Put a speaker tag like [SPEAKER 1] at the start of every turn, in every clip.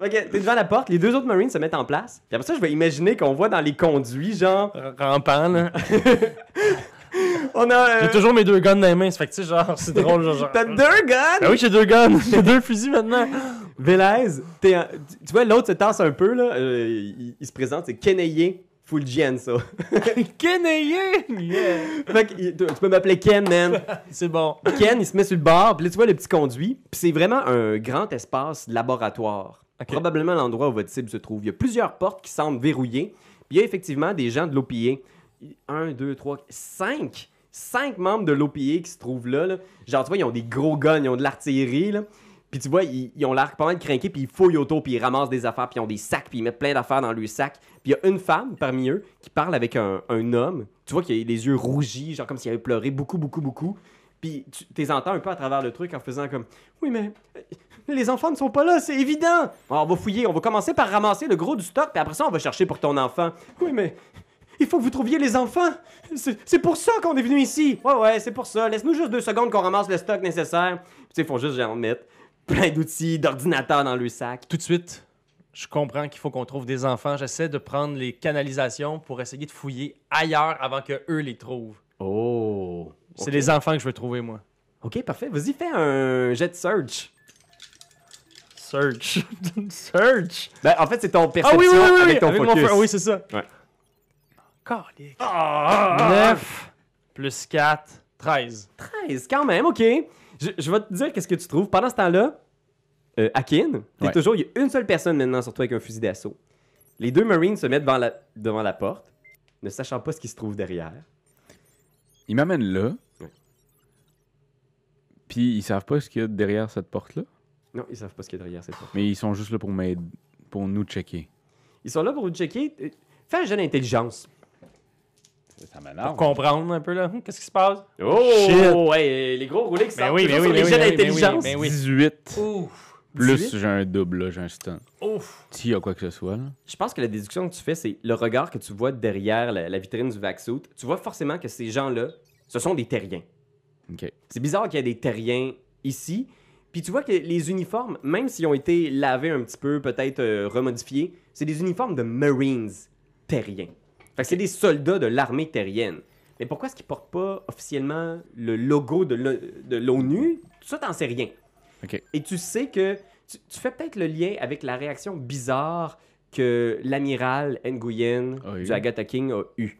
[SPEAKER 1] Fait que t'es devant la porte, les deux autres Marines se mettent en place. Puis après ça, je vais imaginer qu'on voit dans les conduits, genre,
[SPEAKER 2] Rampant, là.
[SPEAKER 1] on a. euh,
[SPEAKER 2] J'ai toujours mes deux guns dans les mains, ça fait que, tu sais, genre, c'est drôle, genre.
[SPEAKER 1] T'as deux guns!
[SPEAKER 2] Ah oui, j'ai deux guns, j'ai deux fusils maintenant.
[SPEAKER 1] Vélez, t'es en- tu- tu vois, l'autre se tasse un peu, là. euh, il, il se présente, c'est Keneye Fulgienzo.
[SPEAKER 2] Kenayé!
[SPEAKER 1] fait que, il- tu tu peux m'appeler Ken, man.
[SPEAKER 2] C'est bon.
[SPEAKER 1] Ken, il se met sur le bord, puis là, tu vois le petit conduit. Puis c'est vraiment un grand espace laboratoire.
[SPEAKER 2] Ok.
[SPEAKER 1] Probablement l'endroit où votre cible se trouve. Il y a plusieurs portes qui semblent verrouillées. Puis il y a effectivement des gens de l'OPA. Un, deux, trois, cinq. Cinq membres de l'OPA qui se trouvent là, là. Genre, tu vois, ils ont des gros guns, ils ont de l'artillerie, là. Puis tu vois, ils, ils ont l'air pas mal craqués, puis ils fouillent autour, puis ils ramassent des affaires, puis ils ont des sacs, puis ils mettent plein d'affaires dans le sac. Puis il y a une femme parmi eux qui parle avec un, un homme. Tu vois qu'il a les yeux rougis, genre comme s'il avait pleuré beaucoup, beaucoup, beaucoup. Puis tu les entends un peu à travers le truc en faisant comme Oui, mais euh, les enfants ne sont pas là, c'est évident. Alors, on va fouiller, on va commencer par ramasser le gros du stock, puis après ça, on va chercher pour ton enfant. Oui, mais il faut que vous trouviez les enfants. C'est c'est pour ça qu'on est venu ici. Ouais, ouais, c'est pour ça. Laisse-nous juste deux secondes qu'on ramasse le stock nécessaire. Puis tu sais, ils font juste genre mettre plein d'outils, d'ordinateurs dans le sac.
[SPEAKER 2] Tout de suite, je comprends qu'il faut qu'on trouve des enfants. J'essaie de prendre les canalisations pour essayer de fouiller ailleurs avant que eux les trouvent.
[SPEAKER 1] Oh.
[SPEAKER 2] C'est les enfants que je veux trouver, moi.
[SPEAKER 1] Ok, parfait. Vas-y, fais un jet de search.
[SPEAKER 2] Search. Search.
[SPEAKER 1] Ben, en fait, c'est ton
[SPEAKER 2] Ah
[SPEAKER 1] perception
[SPEAKER 2] oui, oui, oui, oui.
[SPEAKER 1] avec ton
[SPEAKER 2] mon
[SPEAKER 1] focus.
[SPEAKER 2] feu- Oui, c'est ça.
[SPEAKER 1] Ouais. Ah!
[SPEAKER 2] Calique. 9 plus 4, 13.
[SPEAKER 1] 13, quand même, ok. Je, je vais te dire qu'est-ce que tu trouves. Pendant ce temps-là, euh, Akin, t'es
[SPEAKER 3] Ouais.
[SPEAKER 1] toujours, il y a une seule personne maintenant sur toi avec un fusil d'assaut. Les deux Marines se mettent devant la, devant la porte, ne sachant pas ce qui se trouve derrière.
[SPEAKER 3] Ils m'amènent là.
[SPEAKER 1] Ouais.
[SPEAKER 3] Puis ils savent pas ce qu'il y a derrière cette porte-là.
[SPEAKER 1] Non, ils savent pas ce qu'il y a derrière cette porte.
[SPEAKER 3] Mais ils sont juste là pour m'aider, pour nous checker.
[SPEAKER 1] Ils sont là pour vous checker. Euh, Fais un jeu d'intelligence.
[SPEAKER 2] Pour
[SPEAKER 3] Ça
[SPEAKER 1] Ah.
[SPEAKER 3] m'énerve.
[SPEAKER 2] comprendre un peu, là. Hum, Qu'est-ce qui se passe?
[SPEAKER 1] Oh!
[SPEAKER 2] Shit.
[SPEAKER 1] ouais, les gros roulés qui
[SPEAKER 2] Ben
[SPEAKER 1] sortent
[SPEAKER 2] oui,
[SPEAKER 1] toujours
[SPEAKER 2] ben oui,
[SPEAKER 1] sur
[SPEAKER 2] ben
[SPEAKER 1] les
[SPEAKER 2] oui,
[SPEAKER 1] jets
[SPEAKER 2] ben oui, ben
[SPEAKER 1] d'intelligence.
[SPEAKER 2] oui, ben oui.
[SPEAKER 3] 18.
[SPEAKER 2] Ouf.
[SPEAKER 3] Plus
[SPEAKER 1] 18?
[SPEAKER 3] j'ai un double, là, j'ai un stun.
[SPEAKER 2] Ouf.
[SPEAKER 3] S'il y a quoi que ce soit, là.
[SPEAKER 1] Je pense que la déduction que tu fais, c'est le regard que tu vois derrière la, la vitrine du vac-suit. Tu vois forcément que ces gens-là, ce sont des terriens.
[SPEAKER 3] Ok.
[SPEAKER 1] C'est bizarre qu'il y ait des terriens ici. Puis tu vois que les uniformes, même s'ils ont été lavés un petit peu, peut-être euh, remodifiés, c'est des uniformes de Marines terriens. Fait que c'est des soldats de l'armée terrienne. Mais pourquoi est-ce qu'ils portent pas officiellement le logo de l'O- de l'ONU Tout ça, t'en sais rien.
[SPEAKER 3] Ok.
[SPEAKER 1] Et tu sais que tu, tu fais peut-être le lien avec la réaction bizarre que l'amiral Nguyen
[SPEAKER 3] A eu.
[SPEAKER 1] du Agatha King a eue.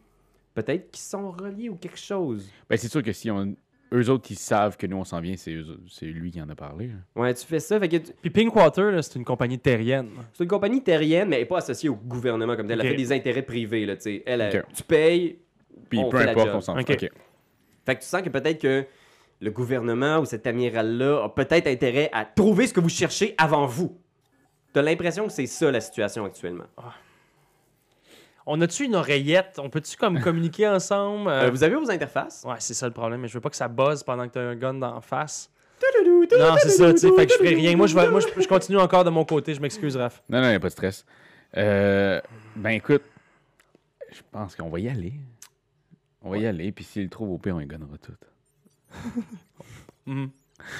[SPEAKER 1] Peut-être qu'ils sont reliés ou quelque chose.
[SPEAKER 3] Ben, c'est sûr que si on. Eux autres, ils savent que nous, on s'en vient, c'est, eux autres- c'est lui qui en a parlé. là.
[SPEAKER 1] Ouais, tu fais ça. Fait que tu-
[SPEAKER 2] Puis Pinkwater, là, c'est une compagnie terrienne.
[SPEAKER 1] C'est une compagnie terrienne, mais elle n'est pas associée au gouvernement comme tel. Elle
[SPEAKER 2] Ok.
[SPEAKER 1] fait des intérêts privés, là, tu sais. Elle, elle-
[SPEAKER 3] Ok.
[SPEAKER 1] tu payes.
[SPEAKER 3] Puis
[SPEAKER 1] On
[SPEAKER 3] peu
[SPEAKER 1] fait la
[SPEAKER 3] importe,
[SPEAKER 1] job.
[SPEAKER 3] on s'en
[SPEAKER 2] Ok.
[SPEAKER 3] fout. Ok.
[SPEAKER 1] Fait que tu sens que peut-être que le gouvernement ou cet amiral-là a peut-être intérêt à trouver ce que vous cherchez avant vous. T'as l'impression que c'est ça la situation actuellement.
[SPEAKER 2] On a-tu une oreillette? On peut-tu comme communiquer ensemble? Euh,
[SPEAKER 1] Euh, vous avez vos interfaces?
[SPEAKER 2] Ouais, c'est ça le problème, mais je veux pas que ça buzz pendant que t'as un gun d'en face.
[SPEAKER 1] Toudoudou, toudoudou,
[SPEAKER 2] Non, c'est ça, tu sais, fait que je ferai
[SPEAKER 1] toudoudou,
[SPEAKER 2] rien. Moi, je, vais- moi, je, je continue encore de mon côté, je m'excuse, Raph.
[SPEAKER 3] Non, non, y a pas de stress. Euh, ben écoute, je pense qu'on va y aller. On va y aller, puis s'il le trouve au pire, on les gonnera tout.
[SPEAKER 2] Mhm,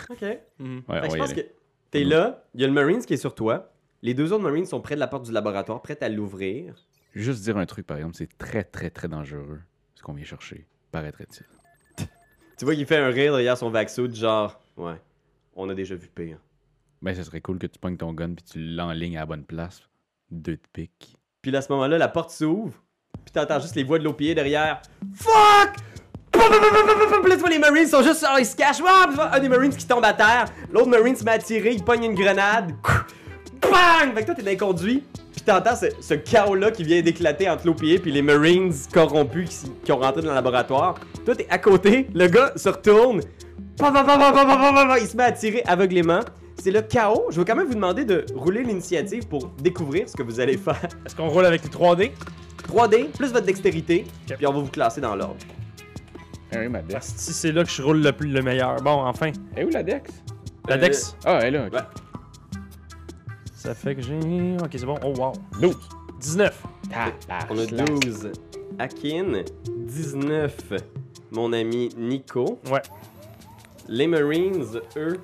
[SPEAKER 1] OK. Fait
[SPEAKER 2] mhm.
[SPEAKER 1] que
[SPEAKER 3] Ouais, on
[SPEAKER 1] Ben, je
[SPEAKER 3] va y
[SPEAKER 1] pense
[SPEAKER 3] aller.
[SPEAKER 1] que t'es là, il y a le Marines qui est sur toi. Les deux autres Marines sont près de la porte du laboratoire, prêtes à l'ouvrir.
[SPEAKER 3] Juste dire un truc, par exemple, c'est très, très, très dangereux ce qu'on vient chercher, paraîtrait-il.
[SPEAKER 1] Tu vois qu'il fait un rire derrière son vaccin, du genre, ouais, on a déjà vu pire.
[SPEAKER 3] Ben, ça serait cool que tu pognes ton gun, puis tu l'enlignes à la bonne place. Deux de pique.
[SPEAKER 1] Puis là, à ce moment-là, la porte s'ouvre. Puis t'entends juste les voix de l'OPA derrière. Fuck! Pum, pum, pum, pum, pum, pum. Puis là, tu vois, les Marines sont juste. ah, ils se cachent. Ah, puis tu vois, un des Marines qui tombe à terre. L'autre Marine se met à tirer. Il pogne une grenade. Bang! Fait que toi, t'es dans les conduits. Puis t'entends ce, ce chaos-là qui vient d'éclater entre l'OPA puis les Marines corrompus qui, s- qui ont rentré dans le laboratoire. Toi, t'es à côté. Le gars se retourne. Pum, pum, pum, pum, pum, pum, pum, pum. Il se met à tirer aveuglément. C'est le chaos. Je veux quand même vous demander de rouler l'initiative pour découvrir ce que vous allez faire.
[SPEAKER 2] Est-ce qu'on roule avec les 3D?
[SPEAKER 1] 3D plus votre dextérité,
[SPEAKER 2] Ok.
[SPEAKER 1] puis on va vous classer dans l'ordre.
[SPEAKER 3] Eh oui, ma Dex.
[SPEAKER 2] Si c'est là que je roule le, plus, le meilleur. Bon, enfin.
[SPEAKER 3] Eh où la Dex?
[SPEAKER 2] La
[SPEAKER 1] Euh,
[SPEAKER 2] Dex,
[SPEAKER 3] Ah, elle est là.
[SPEAKER 1] Ouais.
[SPEAKER 3] ok.
[SPEAKER 2] ça fait que j'ai. Ok, c'est bon. Oh, wow.
[SPEAKER 3] 12.
[SPEAKER 2] 19.
[SPEAKER 1] On a 12. Akin, 19. Mon ami Nico.
[SPEAKER 2] Ouais.
[SPEAKER 1] Les Marines, eux.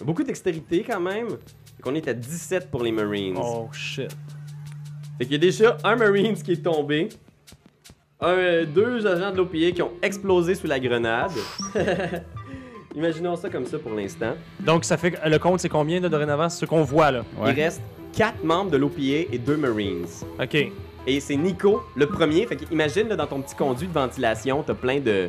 [SPEAKER 1] Beaucoup de dextérité quand même. Fait qu'on est à 17 pour les Marines.
[SPEAKER 2] Oh shit.
[SPEAKER 1] Fait qu'il y a déjà un Marines qui est tombé. Un, euh, deux agents de l'OPA qui ont explosé sous la grenade. Imaginons ça comme ça pour l'instant.
[SPEAKER 2] Donc, ça fait. Le compte, c'est combien, là, dorénavant? C'est ce qu'on voit, là.
[SPEAKER 3] Ouais.
[SPEAKER 1] Il reste quatre membres de l'OPA et deux Marines.
[SPEAKER 2] OK.
[SPEAKER 1] Et c'est Nico, le premier. Fait qu'imagine, là, dans ton petit conduit de ventilation, t'as plein de,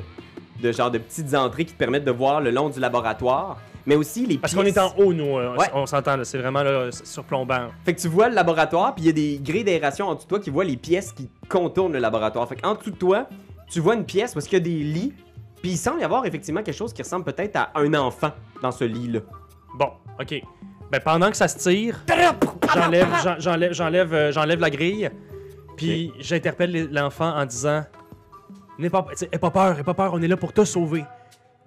[SPEAKER 1] de genre de petites entrées qui te permettent de voir le long du laboratoire. Mais aussi les
[SPEAKER 2] Parce qu'on
[SPEAKER 1] pièces-
[SPEAKER 2] est en haut, nous. euh,
[SPEAKER 1] Ouais.
[SPEAKER 2] On s'entend, là. C'est vraiment là, surplombant.
[SPEAKER 1] Fait que tu vois le laboratoire, puis il y a des grilles d'aération en dessous de toi qui voient les pièces qui contournent le laboratoire. Fait qu'en dessous de toi, tu vois une pièce où est-ce qu'il y a des lits, puis il semble y avoir effectivement quelque chose qui ressemble peut-être à un enfant dans ce lit-là.
[SPEAKER 2] Bon, OK. Ben, pendant que ça se tire, j'enlève, j'en- j'enlève, j'enlève, euh, j'enlève la grille, puis j'interpelle les- l'enfant en disant N'aie pas, tu sais, aie pas peur, aie pas peur, on est là pour te sauver.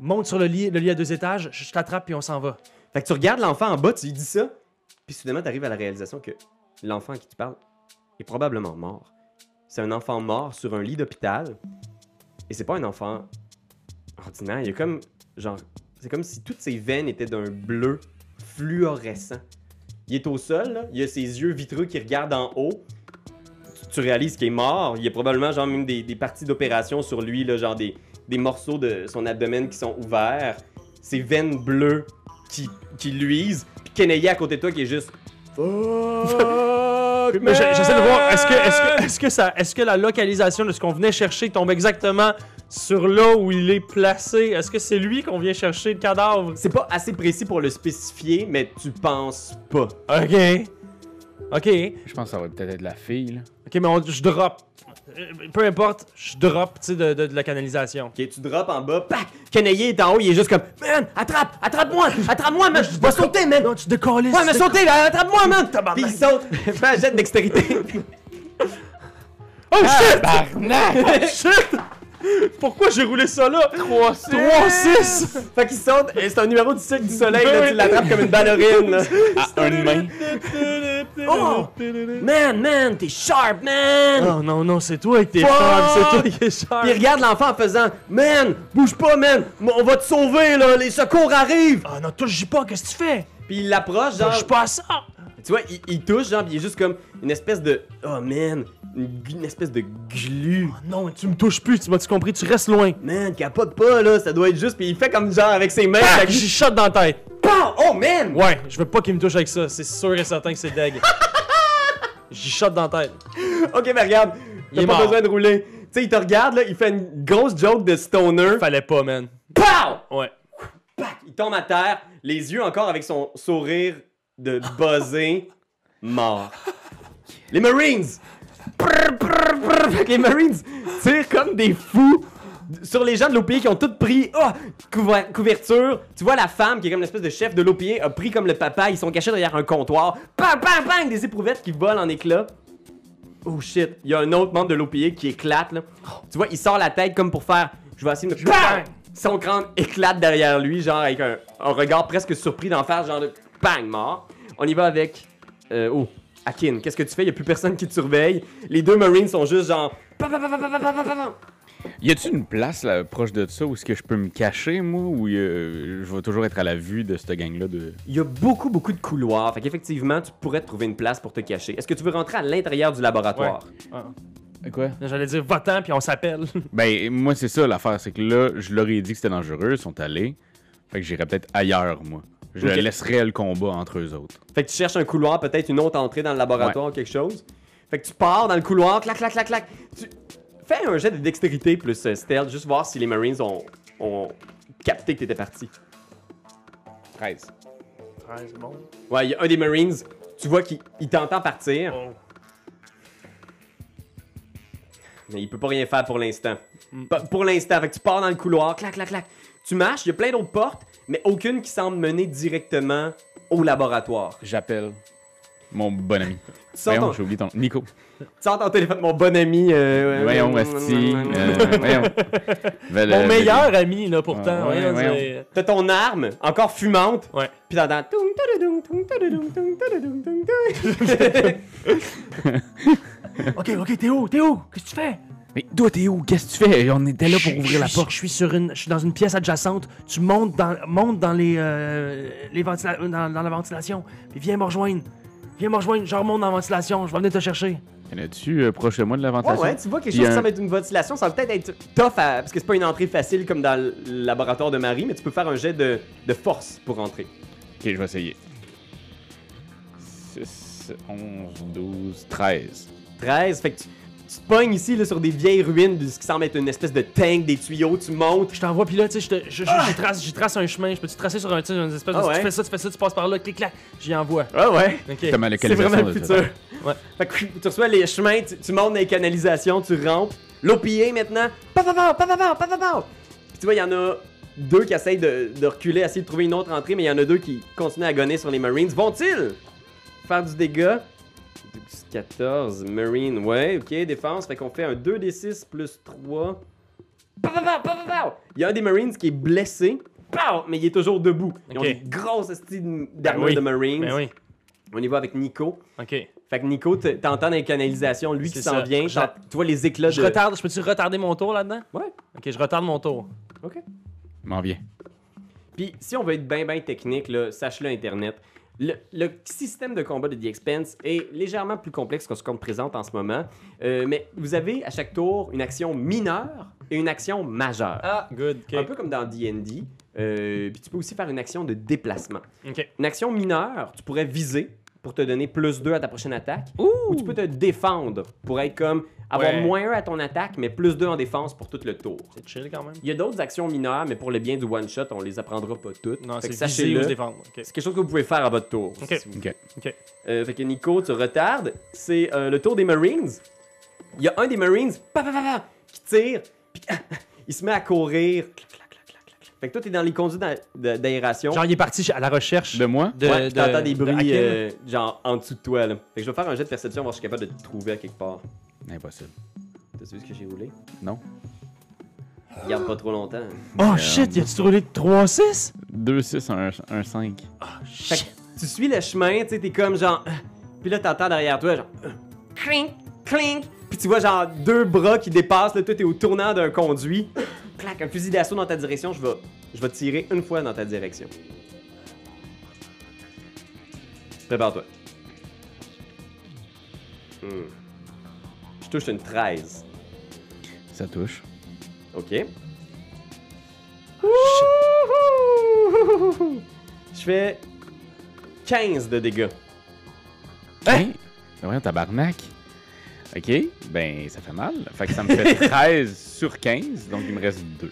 [SPEAKER 2] Monte sur le lit, le lit à deux étages, je je t'attrape puis on s'en va.
[SPEAKER 1] Fait que tu regardes l'enfant en bas, tu lui dis ça, puis soudainement t'arrives à la réalisation que l'enfant à qui tu parles est probablement mort. C'est un enfant mort sur un lit d'hôpital, et c'est pas un enfant ordinaire. Il y a comme genre, c'est comme si toutes ses veines étaient d'un bleu fluorescent. Il est au sol, là, il a ses yeux vitreux qui regardent en haut. Tu- Tu réalises qu'il est mort. Il y a probablement genre même des, des parties d'opération sur lui, là, genre des, des morceaux de son abdomen qui sont ouverts. Ses veines bleues qui, qui luisent, puis Kennedy à côté de toi qui est juste. Fuck
[SPEAKER 2] Mais j'ai- j'essaie de voir, est-ce que, est-ce
[SPEAKER 1] man!
[SPEAKER 2] que, est-ce que ça, est-ce que la localisation de ce qu'on venait chercher tombe exactement sur là où il est placé? Est-ce que c'est lui qu'on vient chercher le cadavre?
[SPEAKER 1] C'est pas assez précis pour le spécifier, mais tu penses pas.
[SPEAKER 2] OK. OK.
[SPEAKER 3] Je pense que ça va peut-être être la fille, là.
[SPEAKER 2] Ok, mais on- je drop. Euh, Peu importe, je drop, tu sais, de, de- de la canalisation.
[SPEAKER 1] Ok, tu drops en bas, pac! Kennedy est en haut, il est juste comme Man, attrape! Attrape-moi! Attrape-moi, man! Va sauter, man!
[SPEAKER 2] tu décolles.
[SPEAKER 1] Ouais, mais sauter, là! Attrape-moi, man!
[SPEAKER 2] Tabarnak.
[SPEAKER 1] Puis il saute! Fais un jet de dextérité!
[SPEAKER 2] Oh shit! Oh, shit! Pourquoi j'ai roulé ça là? 3-6!
[SPEAKER 1] fait qu'il saute, et c'est un numéro du cirque du soleil, là,
[SPEAKER 2] Oui.
[SPEAKER 1] tu l'attrapes comme une ballerine, là.
[SPEAKER 3] À une main.
[SPEAKER 1] Oh! Man, man, t'es sharp, man!
[SPEAKER 2] Oh non, non, c'est toi avec tes
[SPEAKER 1] Fuck!
[SPEAKER 2] femmes, c'est toi qui
[SPEAKER 1] Puis
[SPEAKER 2] es
[SPEAKER 1] il
[SPEAKER 2] cher.
[SPEAKER 1] regarde l'enfant en faisant Man, bouge pas, man! On va te sauver, là! Les secours arrivent!
[SPEAKER 2] Oh non, touche pas, qu'est-ce que tu fais?
[SPEAKER 1] Puis il l'approche, genre.
[SPEAKER 2] Touche pas à ça!
[SPEAKER 1] Tu vois, il, il touche, genre, pis il est juste comme une espèce de. Oh man! Une, glu- une espèce de glu.
[SPEAKER 2] Oh non, tu me touches plus, tu m'as-tu compris? Tu restes loin.
[SPEAKER 1] Man, capote pas, là, ça doit être juste. Puis il fait comme genre avec ses mains.
[SPEAKER 2] Tac,
[SPEAKER 1] la glu-
[SPEAKER 2] j'y shot dans la tête.
[SPEAKER 1] Pow! Oh man!
[SPEAKER 2] Ouais, je veux pas qu'il me touche avec ça, c'est sûr et certain que c'est deg. J'y shot dans la tête.
[SPEAKER 1] Ok, mais regarde,
[SPEAKER 2] Il
[SPEAKER 1] t'as
[SPEAKER 2] est
[SPEAKER 1] pas
[SPEAKER 2] mort.
[SPEAKER 1] besoin de rouler. Tu sais, il te regarde, là, il fait une grosse joke de stoner.
[SPEAKER 2] Fallait pas, man.
[SPEAKER 1] Pow!
[SPEAKER 2] Ouais.
[SPEAKER 1] Pac! Il tombe à terre, les yeux encore avec son sourire de buzzé, mort. Les Marines! Prr, prr, prr. Fait que les Marines tirent comme des fous sur les gens de l'OPA qui ont tout pris. Ah! Couver- couverture. Tu vois la femme qui est comme l'espèce de chef de l'OPA a pris comme le papa. Ils sont cachés derrière un comptoir. Bang, bang, bang! Des éprouvettes qui volent en éclats. Oh shit, il y a un autre membre de l'OPA qui éclate là. Tu vois, il sort la tête comme pour faire je vais essayer de me bang! Son crâne éclate derrière lui genre avec un, un regard presque surpris d'en faire genre de bang mort. On y va avec euh, oh Akin, qu'est-ce que tu fais Il y a plus personne qui te surveille. Les deux Marines sont juste genre pa, pa, pa, pa, pa, pa, pa, pa, pa, pa.
[SPEAKER 3] Y a-tu une place là, proche de ça où est-ce que je peux me cacher, moi, ou euh, je vais toujours être à la vue de cette gang-là de.
[SPEAKER 1] Il y a beaucoup beaucoup de couloirs. Fait qu'effectivement, tu pourrais te trouver une place pour te cacher. Est-ce que tu veux rentrer à l'intérieur du laboratoire
[SPEAKER 3] Quoi?
[SPEAKER 2] J'allais dire va-t'en puis on s'appelle.
[SPEAKER 3] Ben, moi, c'est ça l'affaire, c'est que là, je leur ai dit que c'était dangereux, ils sont allés. Fait que j'irais peut-être ailleurs, moi. Je
[SPEAKER 1] Ok.
[SPEAKER 3] laisserais le combat entre eux autres.
[SPEAKER 1] Fait que tu cherches un couloir, peut-être une autre entrée dans le laboratoire ou quelque chose. Fait que tu pars dans le couloir, clac, clac, clac, clac. Tu fais un jet de dextérité plus euh, stealth, juste voir si les Marines ont, ont capté que t'étais parti.
[SPEAKER 3] 13.
[SPEAKER 2] c'est bon.
[SPEAKER 1] Ouais, il y a un des Marines, tu vois qu'il il t'entend
[SPEAKER 2] Oh.
[SPEAKER 1] partir, mais il peut pas rien faire pour l'instant. Pa- Pour l'instant, fait que tu pars dans le couloir, clac, clac, clac. Tu marches, il y a plein d'autres portes, mais aucune qui semble mener directement au laboratoire.
[SPEAKER 3] J'appelle mon bon ami.
[SPEAKER 1] Tu sors
[SPEAKER 3] Voyons,
[SPEAKER 1] ton,
[SPEAKER 3] j'ai oublié ton. Nico.
[SPEAKER 1] tu sors ton téléphone, mon bon ami. euh,
[SPEAKER 3] Voyons,
[SPEAKER 1] euh,
[SPEAKER 3] Asti.
[SPEAKER 1] euh,
[SPEAKER 3] euh, voyons. Vel-
[SPEAKER 2] Mon
[SPEAKER 3] euh,
[SPEAKER 2] meilleur ami, là, pourtant.
[SPEAKER 3] Ah, ouais,
[SPEAKER 2] Ouais,
[SPEAKER 3] ouais,
[SPEAKER 2] c'est-
[SPEAKER 1] T'as ton arme, encore fumante,
[SPEAKER 2] ouais.
[SPEAKER 1] Puis t'entends. Toum, tadadum, toum, tadadum, toum, tadadum, toum, toum.
[SPEAKER 2] Ok, ok, Théo, Théo, qu'est-ce que tu fais?
[SPEAKER 3] Mais toi, t'es où? Qu'est-ce que tu fais? On était là pour
[SPEAKER 2] Je-
[SPEAKER 3] ouvrir la
[SPEAKER 2] je-
[SPEAKER 3] porte.
[SPEAKER 2] Je suis sur une, je suis dans une pièce adjacente. Tu montes dans, montes dans les, euh, les ventila- dans, dans la ventilation. Puis viens me rejoindre. Viens me rejoindre. Je remonte dans la ventilation. Je vais venir te chercher.
[SPEAKER 3] Y'en a-tu euh, proche de moi de la
[SPEAKER 1] Ouais,
[SPEAKER 3] ventilation?
[SPEAKER 1] ouais, tu vois quelque
[SPEAKER 3] Il y
[SPEAKER 1] chose
[SPEAKER 3] a
[SPEAKER 1] qui
[SPEAKER 3] un-
[SPEAKER 1] semble être une ventilation, ça va peut-être être tough à- parce que c'est pas une entrée facile comme dans le laboratoire de Marie, mais tu peux faire un jet de, de force pour entrer.
[SPEAKER 3] Ok, je vais essayer. 6, 11, 12, 13.
[SPEAKER 1] 13, fait que tu, tu te pognes ici là, sur des vieilles ruines de ce qui semble être une espèce de tank, des tuyaux, tu montes.
[SPEAKER 2] Je t'envoie, puis là, tu sais, je te- je, je- j'y trace, j'y trace un chemin. Je peux-tu tracer sur un, tu sais, une espèce de-
[SPEAKER 1] Ah ouais.
[SPEAKER 2] Tu fais ça, tu fais ça, tu passes par là, clic-clac. J'y envoie.
[SPEAKER 1] Ah ouais.
[SPEAKER 2] Ok.
[SPEAKER 3] Justement, la
[SPEAKER 1] C'est vraiment
[SPEAKER 3] localisation
[SPEAKER 1] le
[SPEAKER 3] de ça.
[SPEAKER 1] futur.
[SPEAKER 2] Ouais.
[SPEAKER 1] Fait que tu reçois les chemins, tu, tu montes dans les canalisations, tu rampes. L'OPA maintenant. Paf, paf, paf, paf, paf, paf, paf, paf. Puis tu vois, il y en a deux qui essayent de, de reculer, essayer de trouver une autre entrée, mais il y en a deux qui continuent à gonner sur les Marines. Vont-ils faire du dégât 12, 14, Marine, ouais, ok, défense. Fait qu'on fait un 2d6 plus 3. Pow, pow, pow, pow, pow, pow. Il y a un des Marines qui est blessé, Pow! mais il est toujours debout. Ils ont
[SPEAKER 2] Ok.
[SPEAKER 1] des grosses styles d'armure
[SPEAKER 2] Ben oui.
[SPEAKER 1] de Marines.
[SPEAKER 2] Ben oui.
[SPEAKER 1] On y va avec Nico.
[SPEAKER 2] Ok.
[SPEAKER 1] Fait que Nico, t- t'entends dans les canalisations, lui qui
[SPEAKER 2] C'est
[SPEAKER 1] s'en
[SPEAKER 2] ça.
[SPEAKER 1] vient,
[SPEAKER 2] Je-
[SPEAKER 1] t'en- tu vois les éclats
[SPEAKER 2] Je
[SPEAKER 1] de...
[SPEAKER 2] retarde. Je peux-tu retarder mon tour là-dedans?
[SPEAKER 1] Ouais,
[SPEAKER 2] Ok, je retarde mon tour.
[SPEAKER 1] ok.
[SPEAKER 3] M'en viens.
[SPEAKER 1] Puis si on veut être bien, bien technique, là, sache-le Internet, le, le système de combat de The Expense est légèrement plus complexe que ce qu'on te présente en ce moment, Euh, mais vous avez à chaque tour une action mineure et une action majeure.
[SPEAKER 2] Ah, good.
[SPEAKER 1] Un peu comme dans D&D, euh, puis tu peux aussi faire une action de déplacement.
[SPEAKER 2] Ok.
[SPEAKER 1] Une action mineure, tu pourrais viser pour te donner plus 2 à ta prochaine attaque. Ou
[SPEAKER 2] Ouh.
[SPEAKER 1] tu peux te défendre pour être comme avoir
[SPEAKER 2] Ouais.
[SPEAKER 1] moins 1 à ton attaque, mais plus 2 en défense pour tout le tour.
[SPEAKER 2] C'est chill quand même.
[SPEAKER 1] Il y a d'autres actions mineures, mais pour le bien du one-shot, on les apprendra pas toutes.
[SPEAKER 2] Non,
[SPEAKER 1] Fait que
[SPEAKER 2] c'est viser ou se
[SPEAKER 1] sachez-le.
[SPEAKER 2] défendre. Ok.
[SPEAKER 1] C'est quelque chose que vous pouvez faire à votre tour.
[SPEAKER 2] Ok.
[SPEAKER 1] si vous-
[SPEAKER 3] Ok.
[SPEAKER 1] Euh, fait que Nico, tu retardes. C'est euh, le tour des Marines. Il y a un des Marines pa, pa, pa, pa, qui tire, puis il se met à courir. Clac, clac, clac, clac, clac. Fait que toi, t'es dans les conduits d'a- d'a- d'aération.
[SPEAKER 2] Genre, il est parti à la recherche.
[SPEAKER 3] De moi?
[SPEAKER 2] de-
[SPEAKER 1] ouais, puis t'entends
[SPEAKER 2] de-
[SPEAKER 1] des
[SPEAKER 2] de
[SPEAKER 1] bruits
[SPEAKER 2] Hakim.
[SPEAKER 1] euh, genre en dessous de toi. Là. Fait que je vais faire un jet de perception, voir si je suis capable de te trouver à quelque part.
[SPEAKER 3] Impossible.
[SPEAKER 1] T'as vu ce que j'ai roulé?
[SPEAKER 3] Non.
[SPEAKER 1] Regarde pas trop longtemps.
[SPEAKER 2] Oh shit, y'a-tu trouvé 3-6?
[SPEAKER 3] 2, 6, 1, 5.
[SPEAKER 2] Oh
[SPEAKER 1] Fait
[SPEAKER 2] shit.
[SPEAKER 1] que tu suis le chemin, tu sais, t'es comme genre. euh, Puis là, t'entends derrière toi, genre. euh, Clink, clink. Puis tu vois, genre, deux bras qui dépassent, là, toi, t'es au tournant d'un conduit. Clac, un fusil d'assaut dans ta direction, je vais, je vais tirer une fois dans ta direction. Prépare-toi. Hmm. Je touche une 13.
[SPEAKER 3] Ça touche.
[SPEAKER 1] Ok. Wouhou! Je fais 15 de dégâts.
[SPEAKER 3] Hein? Ben voyons, tabarnak. Ok, ben ça fait mal. Fait que ça me fait 13 sur 15, donc il me reste 2.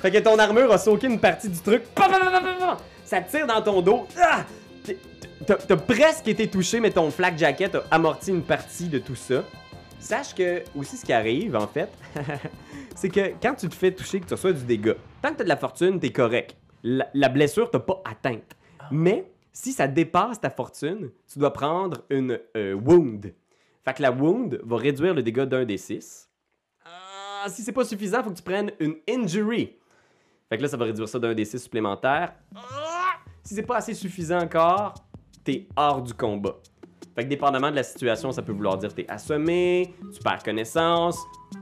[SPEAKER 1] Fait que ton armure a soqué une partie du truc. Pa, pa, pa, pa, pa, pa. Ça tire dans ton dos. Ah! T'es- t'as- T'as presque été touché, mais ton flak jacket a amorti une partie de tout ça. Sache que, aussi, ce qui arrive, en fait, c'est que quand tu te fais toucher, que tu reçois du dégât, tant que t'as de la fortune, t'es correct. La, la blessure t'a pas atteinte. Mais si ça dépasse ta fortune, tu dois prendre une euh, wound. Fait que la wound va réduire le dégât d'un des six. Ah, si c'est pas suffisant, faut que tu prennes une injury. Fait que là, ça va réduire ça d'un des six supplémentaires. Ah! Si c'est pas assez suffisant encore, t'es hors du combat. Fait que dépendamment de la situation, ça peut vouloir dire t'es assommé, tu perds connaissance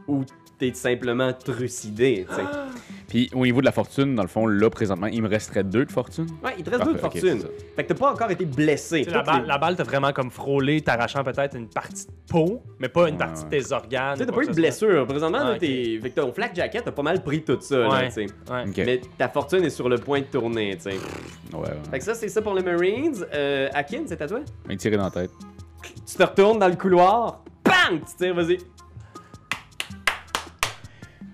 [SPEAKER 1] ou t'es simplement trucidé. tu sais.
[SPEAKER 2] Ah!
[SPEAKER 3] Puis au niveau de la fortune, dans le fond, là présentement, il me resterait 2 de fortune.
[SPEAKER 1] Ouais, il te reste
[SPEAKER 3] Parfait,
[SPEAKER 1] deux de
[SPEAKER 3] ok,
[SPEAKER 1] fortune.
[SPEAKER 3] c'est ça.
[SPEAKER 1] fait que t'as pas encore été blessé.
[SPEAKER 2] Tu sais, La
[SPEAKER 1] Toutes les-
[SPEAKER 2] balle, la balle t'a vraiment comme frôlé, t'arrachant peut-être une partie de peau, mais pas une
[SPEAKER 3] Ouais,
[SPEAKER 2] partie de
[SPEAKER 3] ouais.
[SPEAKER 2] tes organes.
[SPEAKER 1] Tu sais, t'as
[SPEAKER 2] ou
[SPEAKER 1] pas
[SPEAKER 2] quoi
[SPEAKER 1] eu de
[SPEAKER 2] que ce soit.
[SPEAKER 1] blessure. Présentement,
[SPEAKER 2] Ah,
[SPEAKER 1] là,
[SPEAKER 2] ok.
[SPEAKER 1] t'es- fait que ton flak jacket t'as pas mal pris tout ça. là,
[SPEAKER 2] Ouais.
[SPEAKER 1] tu sais.
[SPEAKER 2] Ouais.
[SPEAKER 3] Ok.
[SPEAKER 1] Mais ta fortune est sur le point de tourner. tu sais.
[SPEAKER 3] Ouais, ouais.
[SPEAKER 1] Fait que ça, c'est ça pour les Marines. Euh, Akin, c'est à toi?
[SPEAKER 3] Mais tiré dans la tête.
[SPEAKER 1] Tu te retournes dans le couloir. Bang! Tu tires, vas-y.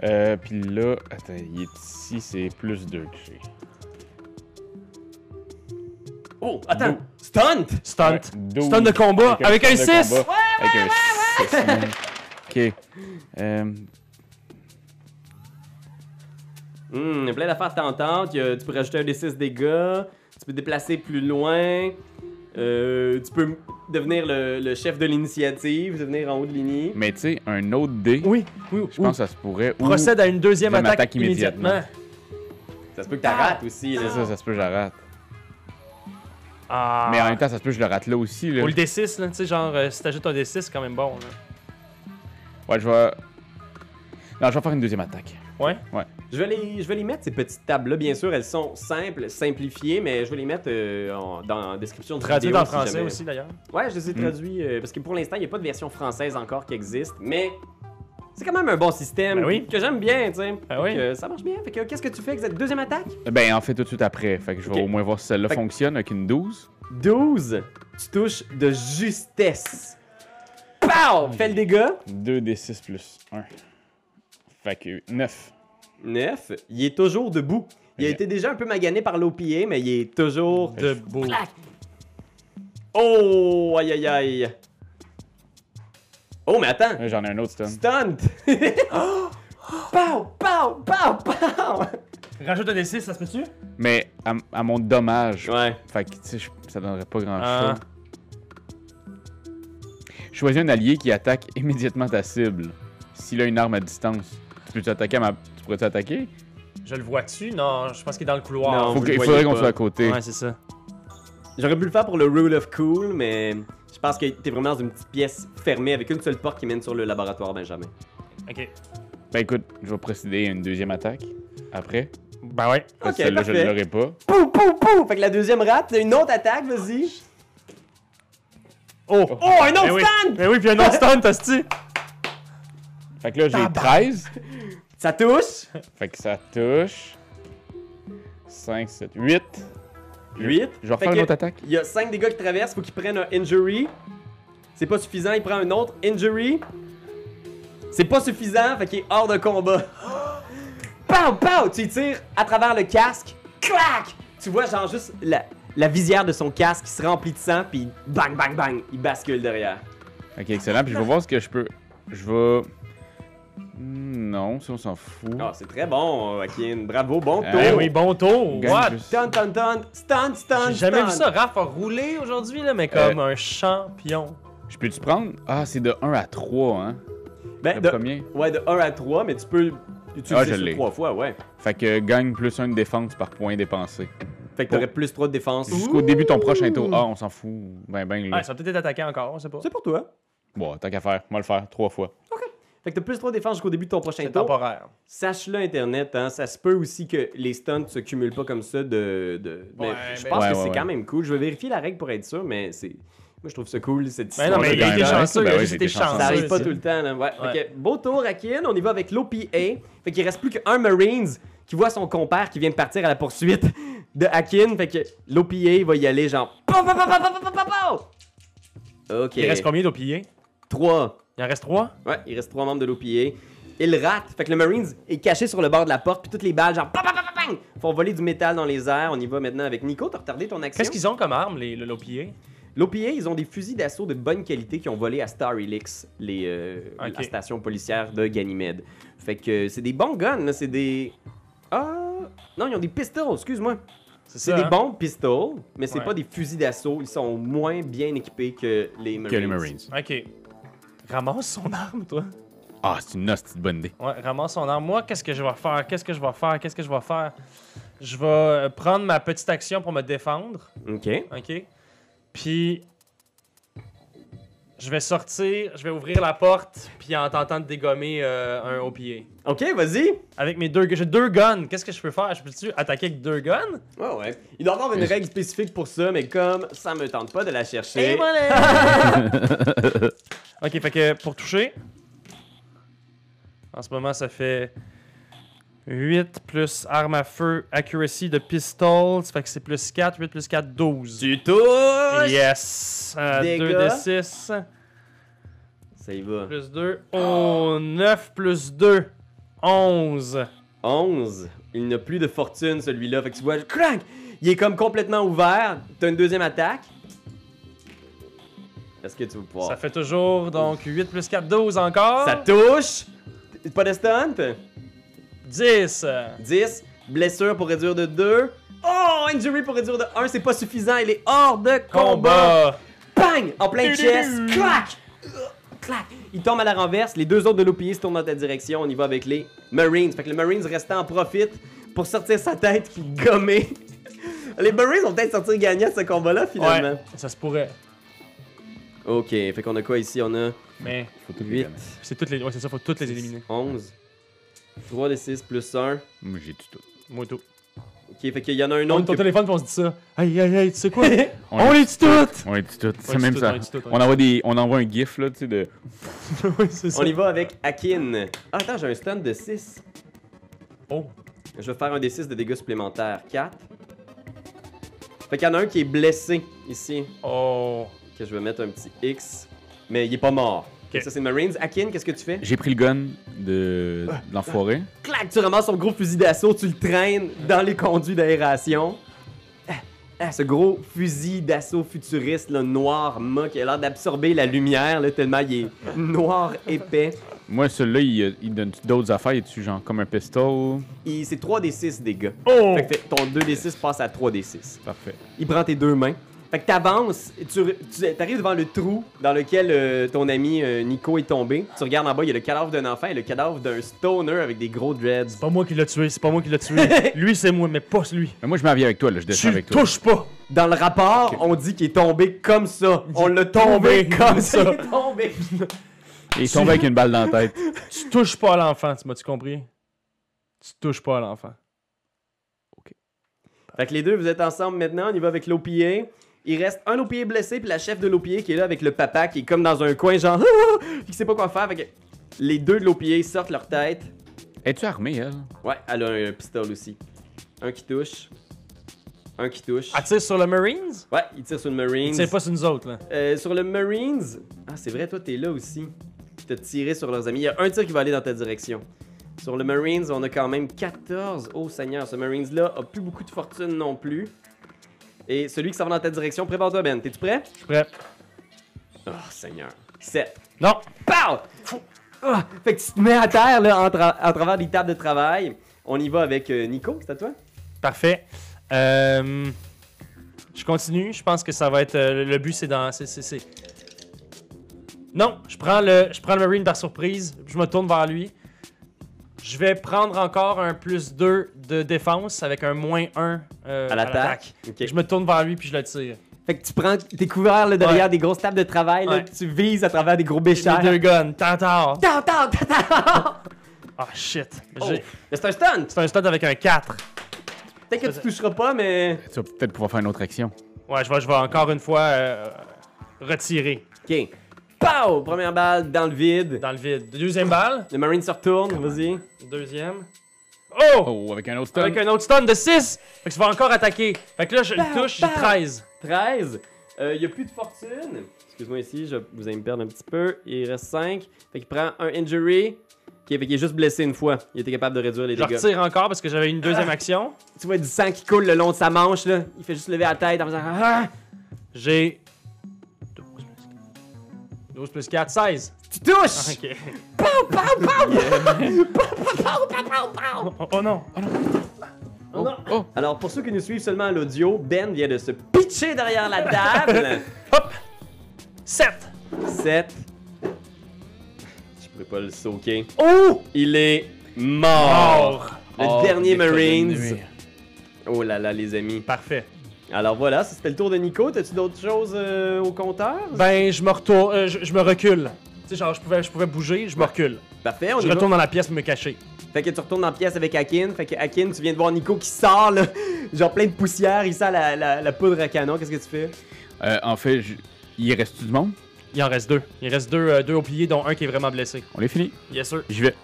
[SPEAKER 3] Euh, puis là, attends, il est ici, c'est plus 2 que j'ai.
[SPEAKER 1] Oh, attends. Stunt!
[SPEAKER 2] Stunt.
[SPEAKER 3] Ouais, douze.
[SPEAKER 2] Stunt de combat avec un
[SPEAKER 3] stunt de
[SPEAKER 2] 6.
[SPEAKER 3] combat, Avec un 6. ok. Euh,
[SPEAKER 1] Hum, il y a plein d'affaires tentantes. Il y a- tu peux rajouter un des 6 dégâts. Tu peux te déplacer plus loin. Euh, tu peux m- devenir le, le chef de l'initiative, devenir en haut de ligne.
[SPEAKER 3] mais tu sais, un autre dé,
[SPEAKER 2] Oui, oui.
[SPEAKER 3] je pense que ça se pourrait. ou-
[SPEAKER 2] Procède à une deuxième
[SPEAKER 3] Deuxième
[SPEAKER 2] attaque,
[SPEAKER 3] attaque immédiatement.
[SPEAKER 2] immédiatement.
[SPEAKER 1] Ça se peut que tu rates aussi. là.
[SPEAKER 3] C'est ça, ça se peut que je la rate.
[SPEAKER 2] Ah.
[SPEAKER 3] Mais en même temps, ça se peut que je le rate là aussi. Là.
[SPEAKER 2] Ou le D6, là, tu sais, genre, euh, si t'ajoutes un D6, c'est quand même bon. là.
[SPEAKER 3] Ouais, je vais. Non, je vais faire une deuxième attaque.
[SPEAKER 2] Ouais.
[SPEAKER 1] Je vais, les, je vais les mettre, ces petites tables-là. Bien sûr, elles sont simples, simplifiées, mais je vais les mettre euh, en- dans la description de
[SPEAKER 2] Traduit
[SPEAKER 1] vidéo.
[SPEAKER 2] en
[SPEAKER 1] si
[SPEAKER 2] français
[SPEAKER 1] jamais-
[SPEAKER 2] aussi, Hmm. d'ailleurs.
[SPEAKER 1] Ouais, je les ai
[SPEAKER 3] Mm.
[SPEAKER 1] traduits, euh, parce que pour l'instant, il n'y a pas de version française encore qui existe, mais c'est quand même un bon système
[SPEAKER 2] Ben oui.
[SPEAKER 1] que j'aime bien, tu sais.
[SPEAKER 2] Ben oui.
[SPEAKER 1] Fait que euh, Ça marche bien. Fait que, qu'est-ce que tu fais avec cette deuxième attaque?
[SPEAKER 3] Ben, en fait, tout de suite après. Fait que je vais
[SPEAKER 1] Ok.
[SPEAKER 3] au moins voir si celle-là
[SPEAKER 1] Fait que-
[SPEAKER 3] fonctionne avec une 12.
[SPEAKER 1] 12. Tu touches de justesse. Pow! Fais le dégât.
[SPEAKER 3] 2 des 6 plus 1. Fait que 9.
[SPEAKER 1] 9. Il est toujours debout. Il a
[SPEAKER 3] Ok.
[SPEAKER 1] été déjà un peu magané par l'OPA, mais il est toujours
[SPEAKER 2] De beau.
[SPEAKER 1] Oh, aïe aïe aïe. Oh, mais attends.
[SPEAKER 3] J'en ai un autre stun.
[SPEAKER 1] Stunt. Pow, pow, pow, pow.
[SPEAKER 2] Rajoute un des 6, ça se peut-tu?
[SPEAKER 3] Mais à, à mon dommage.
[SPEAKER 1] Ouais.
[SPEAKER 3] Fait que, tu sais, je- ça donnerait pas
[SPEAKER 2] Ah.
[SPEAKER 3] grand-chose. Choisis un allié qui attaque immédiatement ta cible. S'il a une arme à distance. Tu peux-tu attaquer à ma... Tu pourrais-tu attaquer?
[SPEAKER 2] Je le vois-tu? Non, je pense qu'il est dans le couloir.
[SPEAKER 1] Non,
[SPEAKER 3] Faut
[SPEAKER 1] vous
[SPEAKER 3] que-
[SPEAKER 1] le
[SPEAKER 3] il
[SPEAKER 1] voyez
[SPEAKER 3] faudrait qu'on
[SPEAKER 1] pas.
[SPEAKER 3] soit à côté.
[SPEAKER 2] Ouais, c'est ça.
[SPEAKER 1] J'aurais pu le faire pour le Rule of Cool, mais je pense que t'es vraiment dans une petite pièce fermée avec une seule porte qui mène sur le laboratoire Benjamin.
[SPEAKER 2] Ok.
[SPEAKER 3] Ben écoute, je vais procéder à une deuxième attaque. Après.
[SPEAKER 2] Ben ouais.
[SPEAKER 3] Parce que
[SPEAKER 1] Ok,
[SPEAKER 3] celle-là, je
[SPEAKER 1] parfait.
[SPEAKER 3] l'aurai pas.
[SPEAKER 1] Pou, pou, pou. Fait que la deuxième rate, une autre attaque, vas-y.
[SPEAKER 2] Oh!
[SPEAKER 1] Oh, un autre
[SPEAKER 3] Eh
[SPEAKER 2] Ben oui.
[SPEAKER 1] stand!
[SPEAKER 2] Ben oui, puis un autre stand, t'as dit?
[SPEAKER 3] Fait que là, j'ai 13.
[SPEAKER 1] Ça touche.
[SPEAKER 3] Fait que ça touche. 5, 7, 8.
[SPEAKER 1] 8.
[SPEAKER 3] Je vais refaire une autre attaque.
[SPEAKER 1] Il y a 5 dégâts qui traversent, faut qu'il prenne un injury. C'est pas suffisant, il prend un autre injury. C'est pas suffisant, fait qu'il est hors de combat. Pow, pow! Tu y tires à travers le casque. Clac! Tu vois, genre, juste la, la visière de son casque qui se remplit de sang, puis bang, bang, bang, il bascule derrière.
[SPEAKER 3] Ok, excellent. Puis je vais voir ce que je peux. Je vais. Hmm, Non, ça, on s'en fout.
[SPEAKER 1] Ah, c'est très bon, Joaquin. Bravo, bon tour.
[SPEAKER 3] Eh
[SPEAKER 2] Ben oui, bon tour.
[SPEAKER 3] On gagne
[SPEAKER 2] What?
[SPEAKER 3] juste-
[SPEAKER 1] Ton, ton, ton, stun, stun,
[SPEAKER 2] J'ai jamais
[SPEAKER 1] stun.
[SPEAKER 2] vu ça. Raph a roulé aujourd'hui, là, mais comme un champion.
[SPEAKER 3] Je peux-tu prendre Ah, c'est de 1 à 3, hein
[SPEAKER 1] Ben,
[SPEAKER 3] Le
[SPEAKER 1] de,
[SPEAKER 3] premier.
[SPEAKER 1] ouais, de 1 à 3, mais tu peux
[SPEAKER 3] Ah, je
[SPEAKER 1] utiliser
[SPEAKER 3] l'ai.
[SPEAKER 1] ça 3 fois, ouais.
[SPEAKER 3] Fait que gagne plus 1 de défense par point dépensé.
[SPEAKER 1] Fait que t'aurais plus 3 de défense.
[SPEAKER 3] Jusqu'au début de ton prochain tour. Ah, on s'en fout. Ben, ben, là.
[SPEAKER 2] Ouais, ça va peut-être être attaqué encore, on sait pas.
[SPEAKER 1] C'est pour toi.
[SPEAKER 3] Bon, tant qu'à faire. On va le faire trois fois.
[SPEAKER 1] Fait que t'as plus 3 défenses jusqu'au début de ton prochain
[SPEAKER 2] C'est
[SPEAKER 1] tour.
[SPEAKER 2] temporaire.
[SPEAKER 1] Sache-le, Internet, hein, ça se peut aussi que les stunts se cumulent pas comme ça de... de- mais
[SPEAKER 2] Ouais,
[SPEAKER 1] je
[SPEAKER 2] ben-
[SPEAKER 1] pense
[SPEAKER 3] Ouais,
[SPEAKER 1] que
[SPEAKER 3] ouais,
[SPEAKER 1] c'est
[SPEAKER 3] ouais.
[SPEAKER 1] quand même cool. Je vais vérifier la règle pour être sûr, mais c'est... Moi, je trouve ça cool, cette
[SPEAKER 2] Ben
[SPEAKER 1] histoire.
[SPEAKER 2] non, mais
[SPEAKER 3] Ouais,
[SPEAKER 2] il a
[SPEAKER 3] ben,
[SPEAKER 2] été
[SPEAKER 3] ben,
[SPEAKER 2] chanceux, il
[SPEAKER 3] ben
[SPEAKER 2] a
[SPEAKER 3] oui,
[SPEAKER 2] juste
[SPEAKER 3] j'ai
[SPEAKER 2] été
[SPEAKER 3] été chanceux.
[SPEAKER 2] chanceux.
[SPEAKER 1] Ça arrive pas
[SPEAKER 2] Ah, c'est-
[SPEAKER 1] tout le temps, là. Ouais. Fait
[SPEAKER 2] Ouais.
[SPEAKER 1] que beau tour, Akin. On y va avec l'OPA. Fait qu'il reste plus qu'un Marines qui voit son compère qui vient de partir à la poursuite de Akin. Fait que l'OPA va y aller genre. pow, pow, pow, pow, pow, pow, pow, pow, pow. Ok.
[SPEAKER 2] Il reste combien d'opillés?
[SPEAKER 1] 3.
[SPEAKER 2] Il en reste trois?
[SPEAKER 1] Ouais, il reste trois membres de l'OPA. Il rate. Fait que le Marines est caché sur le bord de la porte. Puis toutes les balles, genre. Bang, bang, bang, bang, font voler du métal dans les airs. On y va maintenant avec Nico. T'as retardé ton action.
[SPEAKER 2] Qu'est-ce qu'ils ont comme arme, les l'opillé?
[SPEAKER 1] L'OPA, ils ont des fusils d'assaut de bonne qualité qui ont volé à Star Helix, les, euh,
[SPEAKER 2] Ok.
[SPEAKER 1] la station policière de Ganymede. Fait que c'est des bons guns, là, c'est des... Ah! Non, ils ont des pistols, excuse-moi. C'est
[SPEAKER 2] ça,
[SPEAKER 1] des
[SPEAKER 2] hein?
[SPEAKER 1] bons pistols, mais c'est
[SPEAKER 2] Ouais.
[SPEAKER 1] pas des fusils d'assaut. Ils sont moins bien équipés que les Marines.
[SPEAKER 3] Que les Marines.
[SPEAKER 2] Ok. Ramasse son arme, toi.
[SPEAKER 3] Ah, c'est une hostie de bonne idée.
[SPEAKER 2] Ouais, ramasse son arme. Moi, qu'est-ce que je vais faire? Qu'est-ce que je vais faire? Qu'est-ce que je vais faire? Je vais euh, prendre ma petite action pour me défendre.
[SPEAKER 1] OK.
[SPEAKER 2] OK? Puis. Je vais sortir, je vais ouvrir la porte, puis en tentant de dégommer euh, un OPA.
[SPEAKER 1] OK, vas-y!
[SPEAKER 2] Avec mes deux... J'ai deux guns. Qu'est-ce que je peux faire? Je peux-tu attaquer avec deux guns?
[SPEAKER 1] Ouais, ouais. Il doit y avoir une
[SPEAKER 3] Mais-
[SPEAKER 1] règle spécifique pour ça, mais comme ça me tente pas de la chercher...
[SPEAKER 2] Et voilà! ok, fait que pour toucher, en ce moment, ça fait 8 plus arme à feu, accuracy de pistol, ça fait que c'est plus 4, 8 plus 4, 12.
[SPEAKER 1] Tu touches!
[SPEAKER 2] Yes! Euh,
[SPEAKER 1] Dégâts.
[SPEAKER 2] 2 d 6,
[SPEAKER 1] Ça y va.
[SPEAKER 2] plus 2, oh, 9 plus 2, 11.
[SPEAKER 1] 11. Il n'a plus de fortune, celui-là. Fait que tu vois, crac! Il est comme complètement ouvert. T'as une deuxième attaque. Est-ce que tu veux pouvoir?
[SPEAKER 2] Ça
[SPEAKER 1] Ça,
[SPEAKER 2] fait toujours, donc 8 plus 4, 12 encore.
[SPEAKER 1] touche! T- Pas de stunt?
[SPEAKER 2] 10.
[SPEAKER 1] 10. Blessure pour réduire de 2. Oh! Injury pour réduire de 1. C'est pas suffisant. Il est hors de combat.
[SPEAKER 2] Combat.
[SPEAKER 1] Bang! En plein
[SPEAKER 2] Du, du,
[SPEAKER 1] chest.
[SPEAKER 2] du.
[SPEAKER 1] Clac! Clac! Il tombe à la renverse. Les deux autres de l'OPI se tournent dans ta direction. On y va avec les Marines. Fait que les Marines restant en profite pour sortir sa tête puis gommer. Les Marines vont peut-être sortir gagnants de ce combat-là finalement.
[SPEAKER 2] Ouais, ça se pourrait.
[SPEAKER 1] Ok, fait qu'on a quoi ici On a
[SPEAKER 2] Mais
[SPEAKER 3] Faut tout
[SPEAKER 1] 8,
[SPEAKER 2] c'est toutes les. Ouais, c'est ça, faut toutes les éliminer.
[SPEAKER 1] 11, 3 des 6 plus 1.
[SPEAKER 3] Moi, j'ai du tout.
[SPEAKER 2] Moi tout.
[SPEAKER 1] Ok, fait qu'il y en a un
[SPEAKER 2] On est
[SPEAKER 1] autre.
[SPEAKER 2] au
[SPEAKER 1] que-
[SPEAKER 2] téléphone puis on se dit ça. Hey, hey, hey, tu sais quoi?
[SPEAKER 3] On,
[SPEAKER 2] on
[SPEAKER 3] est...
[SPEAKER 2] les tue toutes!
[SPEAKER 3] on est du tout. C'est
[SPEAKER 2] du
[SPEAKER 3] même
[SPEAKER 2] tout,
[SPEAKER 3] ça.
[SPEAKER 2] on est du tout, on est
[SPEAKER 3] On envoie, des... on envoie un gif, là, tu sais, de.
[SPEAKER 2] Oui, c'est ça.
[SPEAKER 1] On y va avec Akin. Ah, attends, j'ai un stun de 6.
[SPEAKER 2] Oh.
[SPEAKER 1] Je vais faire un des 6 de dégâts supplémentaires. 4. Fait qu'il y en a un qui est blessé ici.
[SPEAKER 2] Oh.
[SPEAKER 1] Que je vais mettre un petit X. Mais il est pas mort.
[SPEAKER 2] Ok.
[SPEAKER 1] Ça, c'est Marines. Akin, qu'est-ce que tu fais?
[SPEAKER 3] J'ai pris le gun de, de l'enfoiré.
[SPEAKER 1] Clac, tu ramasses son gros fusil d'assaut, tu le traînes dans les conduits d'aération. Ah, ah, ce gros fusil d'assaut futuriste, là, noir, mât, qui a l'air d'absorber la lumière, là, tellement il est noir, épais.
[SPEAKER 3] Moi, celui-là, il, il donne d'autres affaires. Il dessus, genre, comme un pistol.
[SPEAKER 1] Il- C'est 3d6 dégâts.
[SPEAKER 2] Oh!
[SPEAKER 1] Fait que fait- ton 2d6 passe à 3d6.
[SPEAKER 3] Parfait.
[SPEAKER 1] Il prend tes deux mains. Fait que t'avances, tu, re- tu arrives devant le trou dans lequel euh, ton ami euh, Nico est tombé. Tu regardes en bas, il y a le cadavre d'un enfant et le cadavre d'un stoner avec des gros dreads.
[SPEAKER 2] C'est pas moi qui l'a tué, c'est pas moi qui l'a tué. lui, c'est moi, mais pas lui.
[SPEAKER 3] Mais moi, je m'en viens avec toi, là. Je
[SPEAKER 2] Tu
[SPEAKER 3] descends avec toi.
[SPEAKER 2] touches pas!
[SPEAKER 1] Dans le rapport, on dit qu'il est tombé comme ça. On l'a tombé
[SPEAKER 2] tombé
[SPEAKER 1] comme
[SPEAKER 2] comme
[SPEAKER 1] ça.
[SPEAKER 2] ça.
[SPEAKER 1] Il est tombé.
[SPEAKER 3] Et il tombe avec une balle dans la tête.
[SPEAKER 2] Tu touches pas à l'enfant, tu m'as-tu compris? Tu touches pas à l'enfant.
[SPEAKER 1] Fait que les deux, vous êtes ensemble maintenant. On y va avec l'OPA. Il reste un OPA blessé, puis la chef de l'OPA qui est là avec le papa qui est comme dans un coin, genre, ah, ah, qui sait pas quoi faire. Fait que les deux de l'OPA sortent leur tête.
[SPEAKER 3] Es-tu armé, elle?
[SPEAKER 1] Ouais, elle a un pistolet aussi. Un qui touche. Un qui touche.
[SPEAKER 2] Elle tire sur le Marines?
[SPEAKER 1] Ouais, il tire sur le Marines.
[SPEAKER 2] C'est pas sur nous autres, là.
[SPEAKER 1] Euh, sur le Marines. Ah, c'est vrai, toi, t'es là aussi. T'as tiré sur leurs amis. Il y a un tir qui va aller dans ta direction. Sur le Marines, on a quand même 14. Oh, Seigneur, ce Marines-là a plus beaucoup de fortune non plus. Et celui qui s'en va dans ta direction, prépare-toi, Ben. T'es-tu prêt?
[SPEAKER 2] Je suis prêt.
[SPEAKER 1] Oh, Seigneur. 7.
[SPEAKER 2] Non!
[SPEAKER 1] Pow! Ah, fait que tu te mets à terre, là, en, tra- à travers des tables de travail. On y va avec euh, Nico, c'est à toi?
[SPEAKER 2] Parfait. Euh, je continue. Je pense que ça va être. euh, le but, c'est dans. c'est- c'est- c'est- Non, je prends, le, je prends le Marine par surprise. Je me tourne vers lui. Je vais prendre encore un plus 2 de défense avec un moins 1
[SPEAKER 1] À l'attaque. Ok.
[SPEAKER 2] Je me tourne vers lui puis je le tire.
[SPEAKER 1] Fait que tu prends, t'es couvert là, derrière
[SPEAKER 2] Ouais.
[SPEAKER 1] des grosses tables de travail, là,
[SPEAKER 2] Ouais.
[SPEAKER 1] tu vises à travers des gros béchers.
[SPEAKER 2] Les deux guns. Tantard.
[SPEAKER 1] Tant, tant, tant, tant.
[SPEAKER 2] Ah, shit.
[SPEAKER 1] Oh.
[SPEAKER 2] J'ai-
[SPEAKER 1] Mais c'est un stunt!
[SPEAKER 2] C'est un stade avec un 4.
[SPEAKER 1] Peut-être que tu toucheras pas, mais.
[SPEAKER 3] Tu vas peut-être pouvoir faire une autre action.
[SPEAKER 2] Ouais, je vais, je vais encore une fois euh, retirer
[SPEAKER 1] Ok. Pow! Première balle dans le vide.
[SPEAKER 2] dans le vide. Deuxième balle.
[SPEAKER 1] Le Marine se retourne, vas-y.
[SPEAKER 2] Deuxième. Oh!
[SPEAKER 3] Oh, avec un autre stun.
[SPEAKER 2] Avec un autre stun de 6! Fait que je vais encore attaquer. Fait que là, je le
[SPEAKER 1] Bam,
[SPEAKER 2] touche, j'ai
[SPEAKER 1] bam.
[SPEAKER 2] 13.
[SPEAKER 1] 13. Il Euh, a plus de fortune. Excuse-moi ici, je vous allez me perdre un petit peu. Il reste 5. Fait qu'il prend un injury. Ok, fait qu'il est juste blessé une fois. Il était capable de réduire les
[SPEAKER 2] Je le
[SPEAKER 1] dégâts.
[SPEAKER 2] retire encore parce que j'avais une deuxième action.
[SPEAKER 1] Tu vois du sang qui coule le long de sa manche, là. Il fait juste lever la tête en faisant. Ah!
[SPEAKER 2] J'ai. 12 plus 4. 12 plus 4, 16.
[SPEAKER 1] Tu touches!
[SPEAKER 2] Ok.
[SPEAKER 1] Pow!
[SPEAKER 2] Oh, oh non! Oh non!
[SPEAKER 1] Oh non.
[SPEAKER 3] Oh!
[SPEAKER 1] Alors, pour ceux qui nous suivent seulement à l'audio, Ben vient de se pitcher derrière la table.
[SPEAKER 2] Hop! 7!
[SPEAKER 1] 7. Je pourrais pas le sauquer.
[SPEAKER 2] Oh!
[SPEAKER 1] Il est mort.
[SPEAKER 2] Or!
[SPEAKER 1] Le
[SPEAKER 3] Oh,
[SPEAKER 1] dernier
[SPEAKER 3] il est
[SPEAKER 1] Marines.
[SPEAKER 3] diminué.
[SPEAKER 1] Oh là là, les amis.
[SPEAKER 2] Parfait.
[SPEAKER 1] Alors voilà, ça, c'était le tour de Nico. T'as-tu d'autres choses euh, au compteur?
[SPEAKER 2] Ben, je me retourne. euh, je, je me recule. Tu sais, genre, je pouvais, je pouvais bouger, je me recule.
[SPEAKER 1] Parfait, on
[SPEAKER 2] Je
[SPEAKER 1] y va.
[SPEAKER 2] retourne dans la pièce pour me cacher.
[SPEAKER 1] Fait que tu retournes dans la pièce avec Akin. Fait que Akin, tu viens de voir Nico qui sort, là, genre plein de poussière. Il sent la, la- la poudre à canon. Qu'est-ce que tu fais?
[SPEAKER 3] Euh, en fait, je- il reste du monde?
[SPEAKER 2] Il en reste deux. Il reste deux, euh, deux au pilier, dont un qui est vraiment blessé.
[SPEAKER 3] On est fini.
[SPEAKER 2] Yes, sûr.
[SPEAKER 3] J'y vais.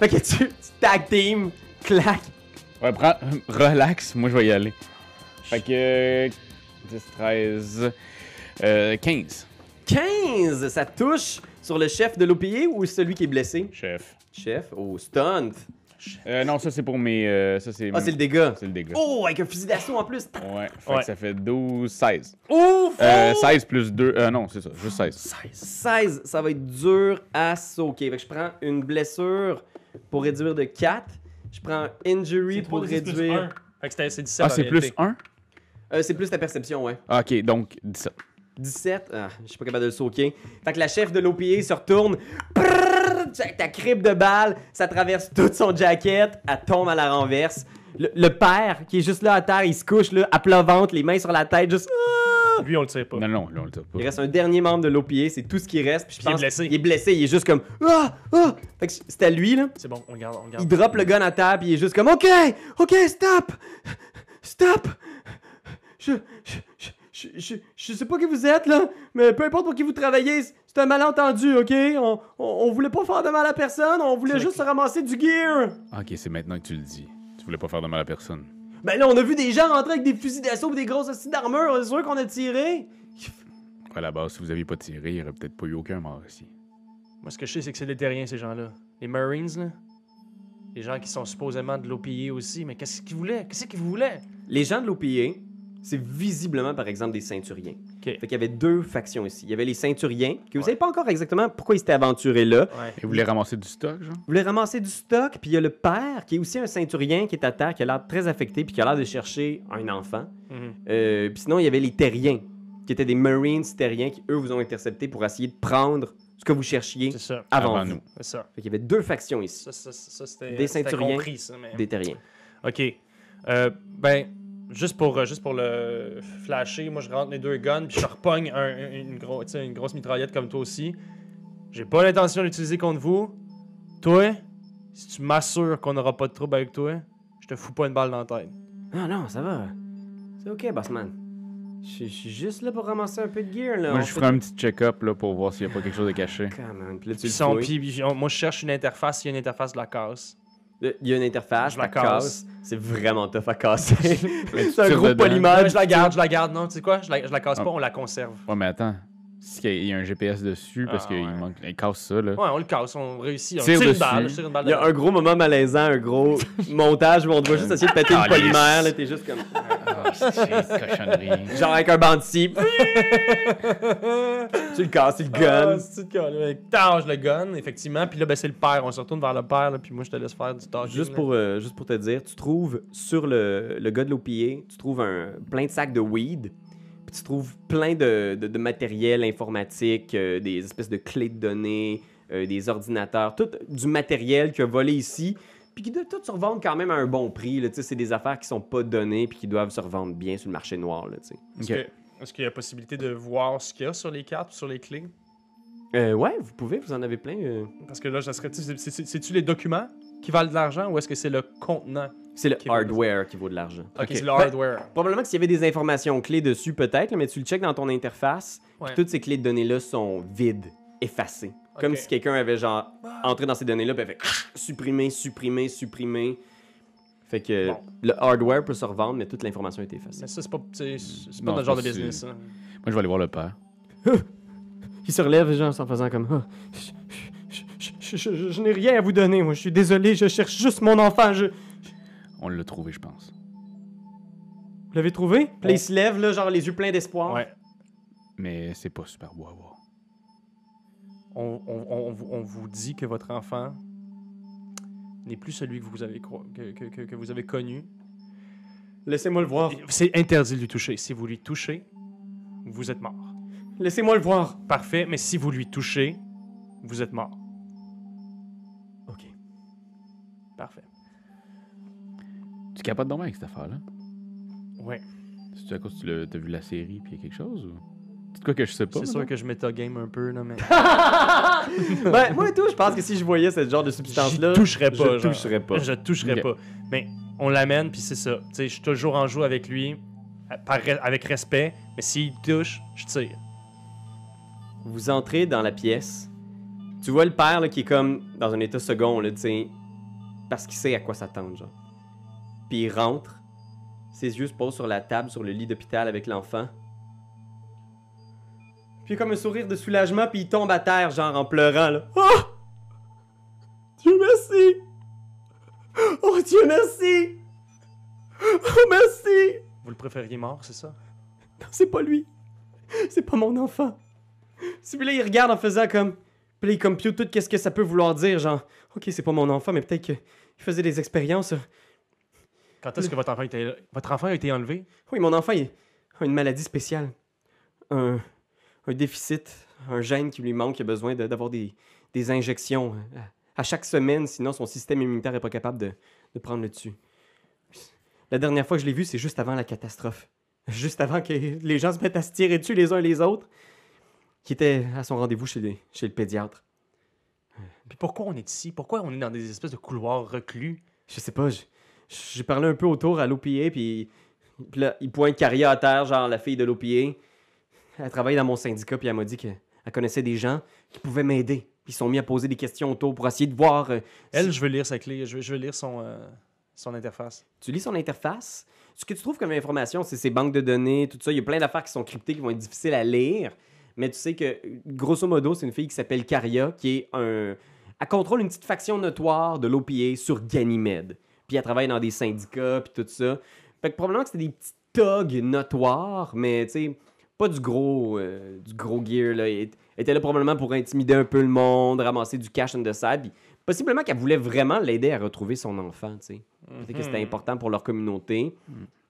[SPEAKER 1] Fait que tu, tu tag team, clac.
[SPEAKER 3] Ouais, prends, relax, moi je vais y aller. Fait que. euh, 10, 13. euh, 15.
[SPEAKER 1] 15, ça touche sur le chef de l'OPI ou celui qui est blessé?
[SPEAKER 3] Chef.
[SPEAKER 1] Chef, oh, stunt.
[SPEAKER 3] Euh, non, ça c'est pour mes. euh, ça c'est.
[SPEAKER 1] Ah, c'est le dégât.
[SPEAKER 3] C'est le dégât.
[SPEAKER 1] Oh, avec un fusil d'assaut en plus.
[SPEAKER 3] Ouais, fait
[SPEAKER 2] Ouais.
[SPEAKER 3] que ça fait 12, 16.
[SPEAKER 1] Ouf!
[SPEAKER 3] Euh, 16 plus 2. Euh, non, c'est ça, juste 16.
[SPEAKER 1] 16, ça va être dur à sauter. Fait que je prends une blessure pour réduire de 4. Je prends un injury pour réduire.
[SPEAKER 2] Fait que c'était- c'est 17.
[SPEAKER 3] Ah,
[SPEAKER 2] en
[SPEAKER 3] c'est plus
[SPEAKER 2] réalité.
[SPEAKER 3] 1?
[SPEAKER 1] Euh, c'est plus ta perception, ouais.
[SPEAKER 3] Ah, ok, donc 17.
[SPEAKER 1] 17, ah, je suis pas capable de le sauter. Fait que la chef de l'OPA se retourne. Prrrr, ta- ta cripe de balle, ça traverse toute son jacket. Elle tombe à la renverse. Le, le père, qui est juste là à terre, il se couche là, à plat ventre, les mains sur la tête, juste. Ah!
[SPEAKER 2] Lui, on le sait pas.
[SPEAKER 3] Non, non, là, on le tape pas.
[SPEAKER 1] Il reste un dernier membre de l'OPA, c'est tout ce qui reste. Puis je
[SPEAKER 2] Puis il est
[SPEAKER 1] pense-
[SPEAKER 2] blessé.
[SPEAKER 1] Il est blessé, il est juste comme Ah! Ah! Fait que c'est à lui, là.
[SPEAKER 2] C'est bon, on garde, on garde.
[SPEAKER 1] Il drop le gun à table, puis il est juste comme OK! OK, stop! Stop! Je. Je. Je. Je, je, je sais pas qui vous êtes, là, mais peu importe pour qui vous travaillez, c'est un malentendu, OK? On, on, on voulait pas faire de mal à personne, on voulait
[SPEAKER 2] C'est
[SPEAKER 1] juste se ramasser du gear!
[SPEAKER 3] Ah, ok, c'est maintenant que tu le dis. Tu voulais pas faire de mal à personne.
[SPEAKER 1] Ben là, on a vu des gens rentrer avec des fusils d'assaut et des grosses hosties d'armure, c'est sûr qu'on a tiré!
[SPEAKER 3] À la base, si vous aviez pas tiré, il y aurait peut-être pas eu aucun mort ici.
[SPEAKER 2] Moi, ce que je sais, c'est que c'est des terriens, ces gens-là. Les Marines, là. Les gens qui sont supposément de l'OPI aussi, mais qu'est-ce qu'ils voulaient? Qu'est-ce qu'ils voulaient?
[SPEAKER 1] Les gens de l'OPA, c'est visiblement, par exemple, des ceinturiens.
[SPEAKER 2] Ok.
[SPEAKER 1] Fait qu'il y avait deux factions ici. Il y avait les ceinturiens, que vous
[SPEAKER 2] Ouais.
[SPEAKER 1] savez pas encore exactement pourquoi ils s'étaient aventurés là.
[SPEAKER 2] Ouais.
[SPEAKER 3] Et vous voulez ramasser du stock, genre?
[SPEAKER 1] Ils voulaient ramasser du stock, puis il y a le père, qui est aussi un ceinturien, qui est à terre, qui a l'air très affecté, puis qui a l'air de chercher un enfant.
[SPEAKER 2] Mhm.
[SPEAKER 1] Euh, puis sinon, il y avait les terriens, qui étaient des marines terriens, qui eux vous ont intercepté pour essayer de prendre ce que vous cherchiez
[SPEAKER 2] C'est ça.
[SPEAKER 1] avant,
[SPEAKER 3] Avant
[SPEAKER 1] nous.
[SPEAKER 3] nous.
[SPEAKER 2] C'est ça.
[SPEAKER 1] Fait qu'il y avait deux factions ici,
[SPEAKER 2] Ça, ça, ça, ça, c'était.
[SPEAKER 1] Des
[SPEAKER 2] c'était
[SPEAKER 1] ceinturiens.
[SPEAKER 2] compris, ça, mais-
[SPEAKER 1] des terriens.
[SPEAKER 2] OK. Euh, ben, juste pour, euh, juste pour le flasher, moi, je rentre les deux guns, puis je repogne un- un- une, gros- tu sais, une grosse mitraillette comme toi aussi. J'ai pas l'intention de l'utiliser contre vous. Toi, si tu m'assures qu'on n'aura pas de trouble avec toi, je te fous pas une balle dans la tête.
[SPEAKER 1] Non, non, ça va. C'est ok, Bossman. Je je suis juste là pour ramasser un peu de gear, là.
[SPEAKER 3] Moi,
[SPEAKER 1] On
[SPEAKER 3] je
[SPEAKER 1] fait-
[SPEAKER 3] ferai un petit check-up là, pour voir s'il y a pas quelque chose de caché.
[SPEAKER 1] Come on, puis là, tu
[SPEAKER 2] Puis
[SPEAKER 1] le
[SPEAKER 2] son-
[SPEAKER 1] fouilles.
[SPEAKER 2] puis j- on- moi, je cherche une interface, il y a une interface de la casse.
[SPEAKER 1] Euh, Il y a une interface,
[SPEAKER 2] Je la
[SPEAKER 1] la casse.
[SPEAKER 2] casse.
[SPEAKER 1] C'est vraiment tough à casser. c'est un
[SPEAKER 3] tires
[SPEAKER 1] gros
[SPEAKER 3] dedans.
[SPEAKER 1] polymère.
[SPEAKER 2] je la garde, je la garde. Non, tu sais quoi, je la, je la casse
[SPEAKER 3] Ah.
[SPEAKER 2] pas, on la conserve.
[SPEAKER 3] Ouais, mais attends. S'il y a un GPS dessus, parce
[SPEAKER 2] Ah,
[SPEAKER 3] qu'il
[SPEAKER 2] ouais.
[SPEAKER 3] manque. Il casse ça, là.
[SPEAKER 2] Ouais, on le casse, on réussit. On
[SPEAKER 3] Tire
[SPEAKER 2] tire, une
[SPEAKER 3] dessus.
[SPEAKER 2] balle, je tire une balle.
[SPEAKER 1] Il y a
[SPEAKER 2] dedans.
[SPEAKER 1] un gros moment malaisant, un gros montage où on doit juste essayer de péter
[SPEAKER 3] Ah,
[SPEAKER 1] une polymère.
[SPEAKER 3] yes.
[SPEAKER 1] Là, t'es juste comme.
[SPEAKER 3] Ah, c'est cochonnerie.
[SPEAKER 1] Genre avec un banc de scie. tu le casses, tu le
[SPEAKER 2] Ah,
[SPEAKER 1] gun.
[SPEAKER 2] c'est-tu de con, là. Tâche le gun, effectivement. Puis là, ben, c'est le père. On se retourne vers le père, là, puis moi, je te laisse faire du talking.
[SPEAKER 1] Juste
[SPEAKER 2] là.
[SPEAKER 1] pour, euh, juste pour te dire, tu trouves sur le, le gars de l'OPA, tu trouves un, plein de sacs de weed, puis tu trouves plein de, de- de matériel informatique, euh, des espèces de clés de données, euh, des ordinateurs, tout du matériel qui a volé ici, puis qui doit tout se revendre quand même à un bon prix. là, tu sais, C'est des affaires qui sont pas données, puis qui doivent se revendre bien sur le marché noir. Là, tu sais.
[SPEAKER 2] Est-ce
[SPEAKER 3] Ok.
[SPEAKER 2] que- est-ce qu'il y a possibilité de voir ce qu'il y a sur les cartes, sur les clés
[SPEAKER 1] Euh, ouais, vous pouvez, vous en avez plein. euh.
[SPEAKER 2] Parce que là, ça serait. tu sais, c'est- c'est- C'est-tu les documents qui valent de l'argent ou est-ce que c'est le contenant
[SPEAKER 1] C'est le
[SPEAKER 2] Ok,
[SPEAKER 1] hardware qui vaut de l'argent.
[SPEAKER 2] Ok,
[SPEAKER 3] Ok.
[SPEAKER 2] c'est le
[SPEAKER 1] Ben-
[SPEAKER 2] hardware.
[SPEAKER 1] Probablement que s'il y avait des informations clés dessus, peut-être, là, mais tu le checkes dans ton interface,
[SPEAKER 2] Ouais.
[SPEAKER 1] toutes ces clés de données-là sont vides, effacées. Comme
[SPEAKER 2] Ok.
[SPEAKER 1] si quelqu'un avait genre entré dans ces données-là, puis avait supprimé, supprimé, supprimé. Fait que
[SPEAKER 2] Bon.
[SPEAKER 1] le hardware peut se revendre, mais toute l'information est effacée.
[SPEAKER 2] Mais ça, c'est pas, tu sais, c'est c'est pas
[SPEAKER 3] Non,
[SPEAKER 2] notre genre de
[SPEAKER 3] ça, c'est-
[SPEAKER 2] business. hein.
[SPEAKER 3] Moi, je vais aller voir le père.
[SPEAKER 1] Il se relève, genre, en faisant comme Ah, je- je- je- je- je- Je n'ai rien à vous donner, moi. Je suis désolé, je cherche juste mon enfant. Je...
[SPEAKER 3] On l'a trouvé, je pense.
[SPEAKER 1] Vous l'avez trouvé? Puis là,
[SPEAKER 2] Ouais.
[SPEAKER 1] il se lève, là, genre, les yeux pleins d'espoir.
[SPEAKER 2] Ouais.
[SPEAKER 3] Mais c'est pas super beau à voir.
[SPEAKER 2] On, on- on- on vous- on vous dit que votre enfant n'est plus celui que vous avez, cro- que- que- que- que vous avez connu.
[SPEAKER 1] Laissez-moi le voir.
[SPEAKER 2] C'est interdit de lui toucher. Si vous lui touchez, vous êtes mort.
[SPEAKER 1] Laissez-moi le voir.
[SPEAKER 2] Parfait, mais si vous lui touchez, vous êtes mort.
[SPEAKER 1] OK.
[SPEAKER 2] Parfait.
[SPEAKER 3] Tu capotes donc bien avec cette affaire-là?
[SPEAKER 2] Ouais,
[SPEAKER 3] C'est-tu à cause que tu l'as- t'as vu la série puis y a quelque chose? Ou... C'est de quoi que je sais pas?
[SPEAKER 2] c'est sûr que je game un peu, là, mais
[SPEAKER 1] ben, moi et tout, je pense que si je voyais ce genre de substance-là,
[SPEAKER 2] je toucherais
[SPEAKER 1] je
[SPEAKER 2] pas. genre.
[SPEAKER 1] toucherais pas.
[SPEAKER 2] Je toucherais
[SPEAKER 3] Ok.
[SPEAKER 2] pas. Mais on l'amène, puis c'est ça. Tu sais, je suis toujours en joue avec lui, à- par re- avec respect, mais s'il touche, je tire.
[SPEAKER 1] Vous entrez dans la pièce. Tu vois le père là, qui est comme dans un état second, là, tu sais, parce qu'il sait à quoi s'attendre, genre. Puis il rentre. Ses yeux se posent sur la table, sur le lit d'hôpital avec l'enfant. Puis il a comme un sourire de soulagement, puis il tombe à terre, genre en pleurant, là. Oh! Dieu merci! Oh Dieu merci! Oh merci!
[SPEAKER 2] Vous le préfériez mort, c'est ça?
[SPEAKER 1] Non, c'est pas lui. C'est pas mon enfant. Celui-là, il regarde en faisant comme. Puis là, il compute tout qu'est-ce que ça peut vouloir dire. Genre, ok, c'est pas mon enfant, mais peut-être qu'il faisait des expériences.
[SPEAKER 2] Quand est-ce que votre enfant, était... votre enfant a été enlevé?
[SPEAKER 1] Oui, mon enfant, il a une maladie spéciale. Un, un déficit, un gène qui lui manque, il a besoin de- d'avoir des, des injections euh, à, à chaque semaine, sinon son système immunitaire n'est pas capable de, de prendre le dessus. La dernière fois que je l'ai vu, c'est juste avant la catastrophe. juste avant que les gens se mettent à se tirer dessus les uns les autres, qui était à son rendez-vous chez, les- chez le pédiatre.
[SPEAKER 2] Puis pourquoi on est ici? Pourquoi on est dans des espèces de couloirs reclus?
[SPEAKER 1] Je sais pas, je- j'ai parlé un peu autour à l'OPA, puis, puis là, il pointe Caria à terre, genre la fille de l'OPA. Elle travaille dans mon syndicat, puis elle m'a dit qu'elle connaissait des gens qui pouvaient m'aider. Ils se sont mis à poser des questions autour pour essayer de voir. euh,
[SPEAKER 2] Elle, je veux lire sa clé, je veux, je veux lire son, euh, son interface.
[SPEAKER 1] Tu lis son interface. Ce que tu trouves comme information, c'est ses banques de données, tout ça. Il y a plein d'affaires qui sont cryptées, qui vont être difficiles à lire. Mais tu sais que, grosso modo, c'est une fille qui s'appelle Caria, qui est un. Elle contrôle une petite faction notoire de l'OPA sur Ganymède. Puis elle travaille dans des syndicats, puis tout ça. Fait que probablement que c'est des petits thugs notoires, mais tu sais, pas du gros, euh, du gros gear. Là. Elle était là probablement pour intimider un peu le monde, ramasser du cash on the side. Puis possiblement qu'elle voulait vraiment l'aider à retrouver son enfant, tu sais. Peut-être que c'était
[SPEAKER 2] Mhm.
[SPEAKER 1] important pour leur communauté,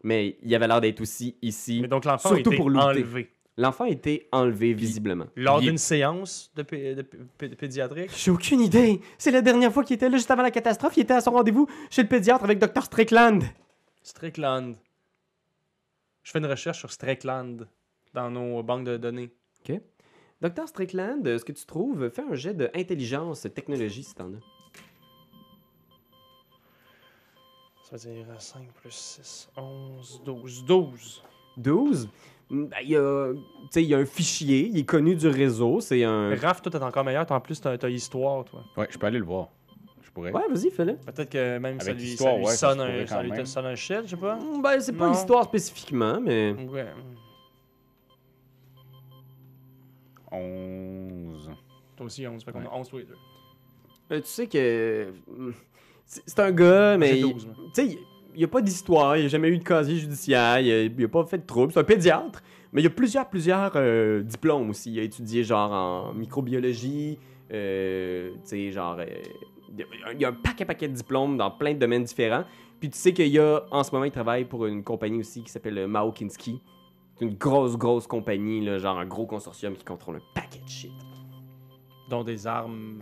[SPEAKER 1] mais il avait l'air d'être aussi ici.
[SPEAKER 2] Mais donc l'enfant a
[SPEAKER 1] Surtout
[SPEAKER 2] été
[SPEAKER 1] pour lutter.
[SPEAKER 2] enlevé.
[SPEAKER 1] L'enfant a été enlevé visiblement.
[SPEAKER 2] Lors
[SPEAKER 3] Il-
[SPEAKER 2] d'une séance de, pé- de pé- pé- de pédiatrique.
[SPEAKER 1] J'ai aucune idée. C'est la dernière fois qu'il était là, juste avant la catastrophe. Il était à son rendez-vous chez le pédiatre avec Dr. Strickland.
[SPEAKER 2] Strickland. Je fais une recherche sur Strickland dans nos banques de données.
[SPEAKER 1] Dr. Strickland, euh, ce que tu trouves, fais un jet de intelligence technologie si t'en as.
[SPEAKER 2] Ça veut dire 5 plus 6, 11, 12. 12.
[SPEAKER 1] 12. Mm, ben, Il y, a, tu sais, il y a un fichier, il est connu du réseau, c'est un...
[SPEAKER 2] Raph, toi, t'es encore meilleur. t'as- En plus, t'as t'as histoire, toi.
[SPEAKER 3] Ouais, je peux aller le voir. Je pourrais.
[SPEAKER 1] Ouais, vas-y, fais-le.
[SPEAKER 2] Peut-être que même ça
[SPEAKER 3] Avec
[SPEAKER 2] lui,
[SPEAKER 3] histoire,
[SPEAKER 2] ça lui
[SPEAKER 3] ouais,
[SPEAKER 2] sonne,
[SPEAKER 3] ça se
[SPEAKER 2] un,
[SPEAKER 3] pourrait
[SPEAKER 2] ça
[SPEAKER 3] quand
[SPEAKER 2] lui
[SPEAKER 3] même.
[SPEAKER 2] sonne un shit, je sais pas.
[SPEAKER 1] Mm, Ben, c'est pas
[SPEAKER 2] Non.
[SPEAKER 1] l'histoire spécifiquement, mais...
[SPEAKER 2] Ouais.
[SPEAKER 3] 11.
[SPEAKER 2] Toi aussi, 11. Fait qu'on a 11 tous les deux.
[SPEAKER 1] Euh, tu sais que... mm, C'est c'est un gars, mais...
[SPEAKER 2] J'ai
[SPEAKER 1] il-
[SPEAKER 2] 12, moi.
[SPEAKER 1] Tu sais, il- il n'y a pas d'histoire, il n'y a jamais eu de casier judiciaire, il n'y a, pas fait de trouble. C'est un pédiatre, mais il y a plusieurs, plusieurs euh, diplômes aussi. Il a étudié genre en microbiologie, euh, tu sais, genre. euh, il y a- il y a un paquet, paquet de diplômes dans plein de domaines différents. Puis tu sais qu'il y a, en ce moment, il travaille pour une compagnie aussi qui s'appelle euh, Mao Kinski. C'est une grosse, grosse compagnie, là, genre un gros consortium qui contrôle un paquet de shit.
[SPEAKER 2] Dont des armes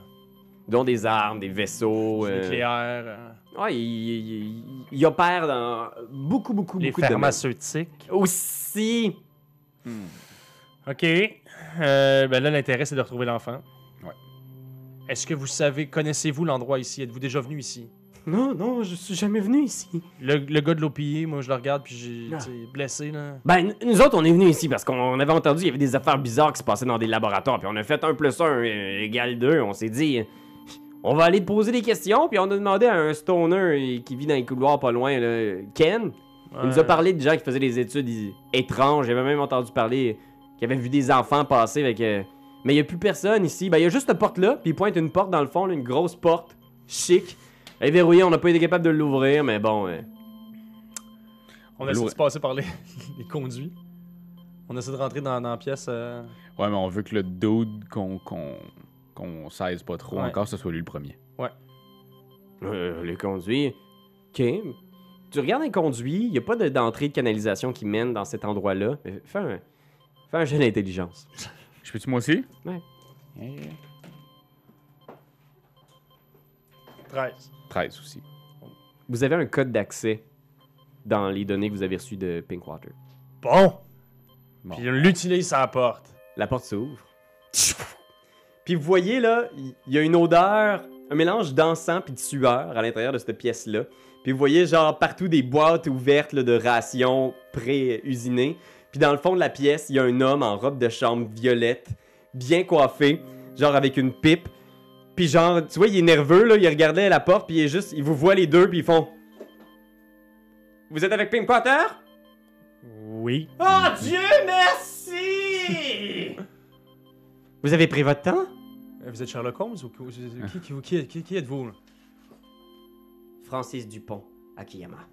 [SPEAKER 1] Dont des armes, des vaisseaux. euh,
[SPEAKER 2] nucléaires, euh,
[SPEAKER 1] Ouais, il, il- il- il opère dans beaucoup, beaucoup,
[SPEAKER 2] les
[SPEAKER 1] beaucoup de domaines.
[SPEAKER 2] pharmaceutiques.
[SPEAKER 1] Aussi.
[SPEAKER 2] Hmm. OK. Euh, ben là, l'intérêt, c'est de retrouver l'enfant.
[SPEAKER 3] Ouais.
[SPEAKER 2] Est-ce que vous savez, connaissez-vous l'endroit ici? Êtes-vous déjà venu ici?
[SPEAKER 1] Non, non, je suis jamais venu ici.
[SPEAKER 2] Le, le gars de l'OPI, moi, je le regarde, puis j'ai
[SPEAKER 1] Ah.
[SPEAKER 2] tu sais, blessé, là.
[SPEAKER 1] Ben, n- nous autres, on est venus ici parce qu'on avait entendu qu'il y avait des affaires bizarres qui se passaient dans des laboratoires. Puis on a fait 1 plus 1 égale 2. On s'est dit, euh, on va aller poser des questions. Puis on a demandé à un stoner euh, qui vit dans les couloirs pas loin, là, Ken. Il nous a
[SPEAKER 2] Ouais.
[SPEAKER 1] parlé de gens qui faisaient des études i- étranges. J'avais même entendu parler qu'il avait vu des enfants passer avec. euh, Mais il n'y a plus personne ici. Ben, il y a juste cette porte-là. Puis il pointe une porte dans le fond, là, une grosse porte. Chic. Elle est verrouillée, on n'a pas été capable de l'ouvrir, mais bon. euh,
[SPEAKER 2] On a essayé de
[SPEAKER 3] Lourd.
[SPEAKER 2] se passer par les, les conduits. On essaie de rentrer dans, dans la pièce. euh,
[SPEAKER 3] Ouais, mais on veut que le dude qu'on qu'on qu'on saise pas trop
[SPEAKER 2] Ouais.
[SPEAKER 3] encore, ce soit lui le premier.
[SPEAKER 1] Euh, les conduits. Ok. Tu regardes un conduit, il n'y a pas de- d'entrée de canalisation qui mène dans cet endroit-là. Euh, Fais un, fais un jeu d'intelligence.
[SPEAKER 3] Je peux-tu moi aussi?
[SPEAKER 1] Ouais.
[SPEAKER 3] Yeah.
[SPEAKER 2] 13.
[SPEAKER 3] 13 aussi.
[SPEAKER 1] Vous avez un code d'accès dans les données que vous avez reçues de Pinkwater.
[SPEAKER 2] Bon!
[SPEAKER 3] Bon.
[SPEAKER 2] Puis on l'utilise à la porte.
[SPEAKER 1] La porte s'ouvre. Puis vous voyez là, il il y a une odeur, un mélange d'encens puis de sueur à l'intérieur de cette pièce-là. Puis vous voyez genre partout des boîtes ouvertes là, de rations pré-usinées. Puis dans le fond de la pièce, il y a un homme en robe de chambre violette, bien coiffé, genre avec une pipe. Puis genre, tu vois, il est nerveux là, il regardait à la porte, puis il est juste, il vous voit les deux, puis ils font. Vous êtes avec Pink Potter?
[SPEAKER 2] Oui.
[SPEAKER 1] Oh Dieu, merci! Vous avez pris votre temps?
[SPEAKER 2] Euh, Vous êtes Sherlock Holmes ou ou-
[SPEAKER 1] Ah.
[SPEAKER 2] qui, qui, qui- qui- qui êtes-vous? là?
[SPEAKER 1] Francis Dupont, Akiyama.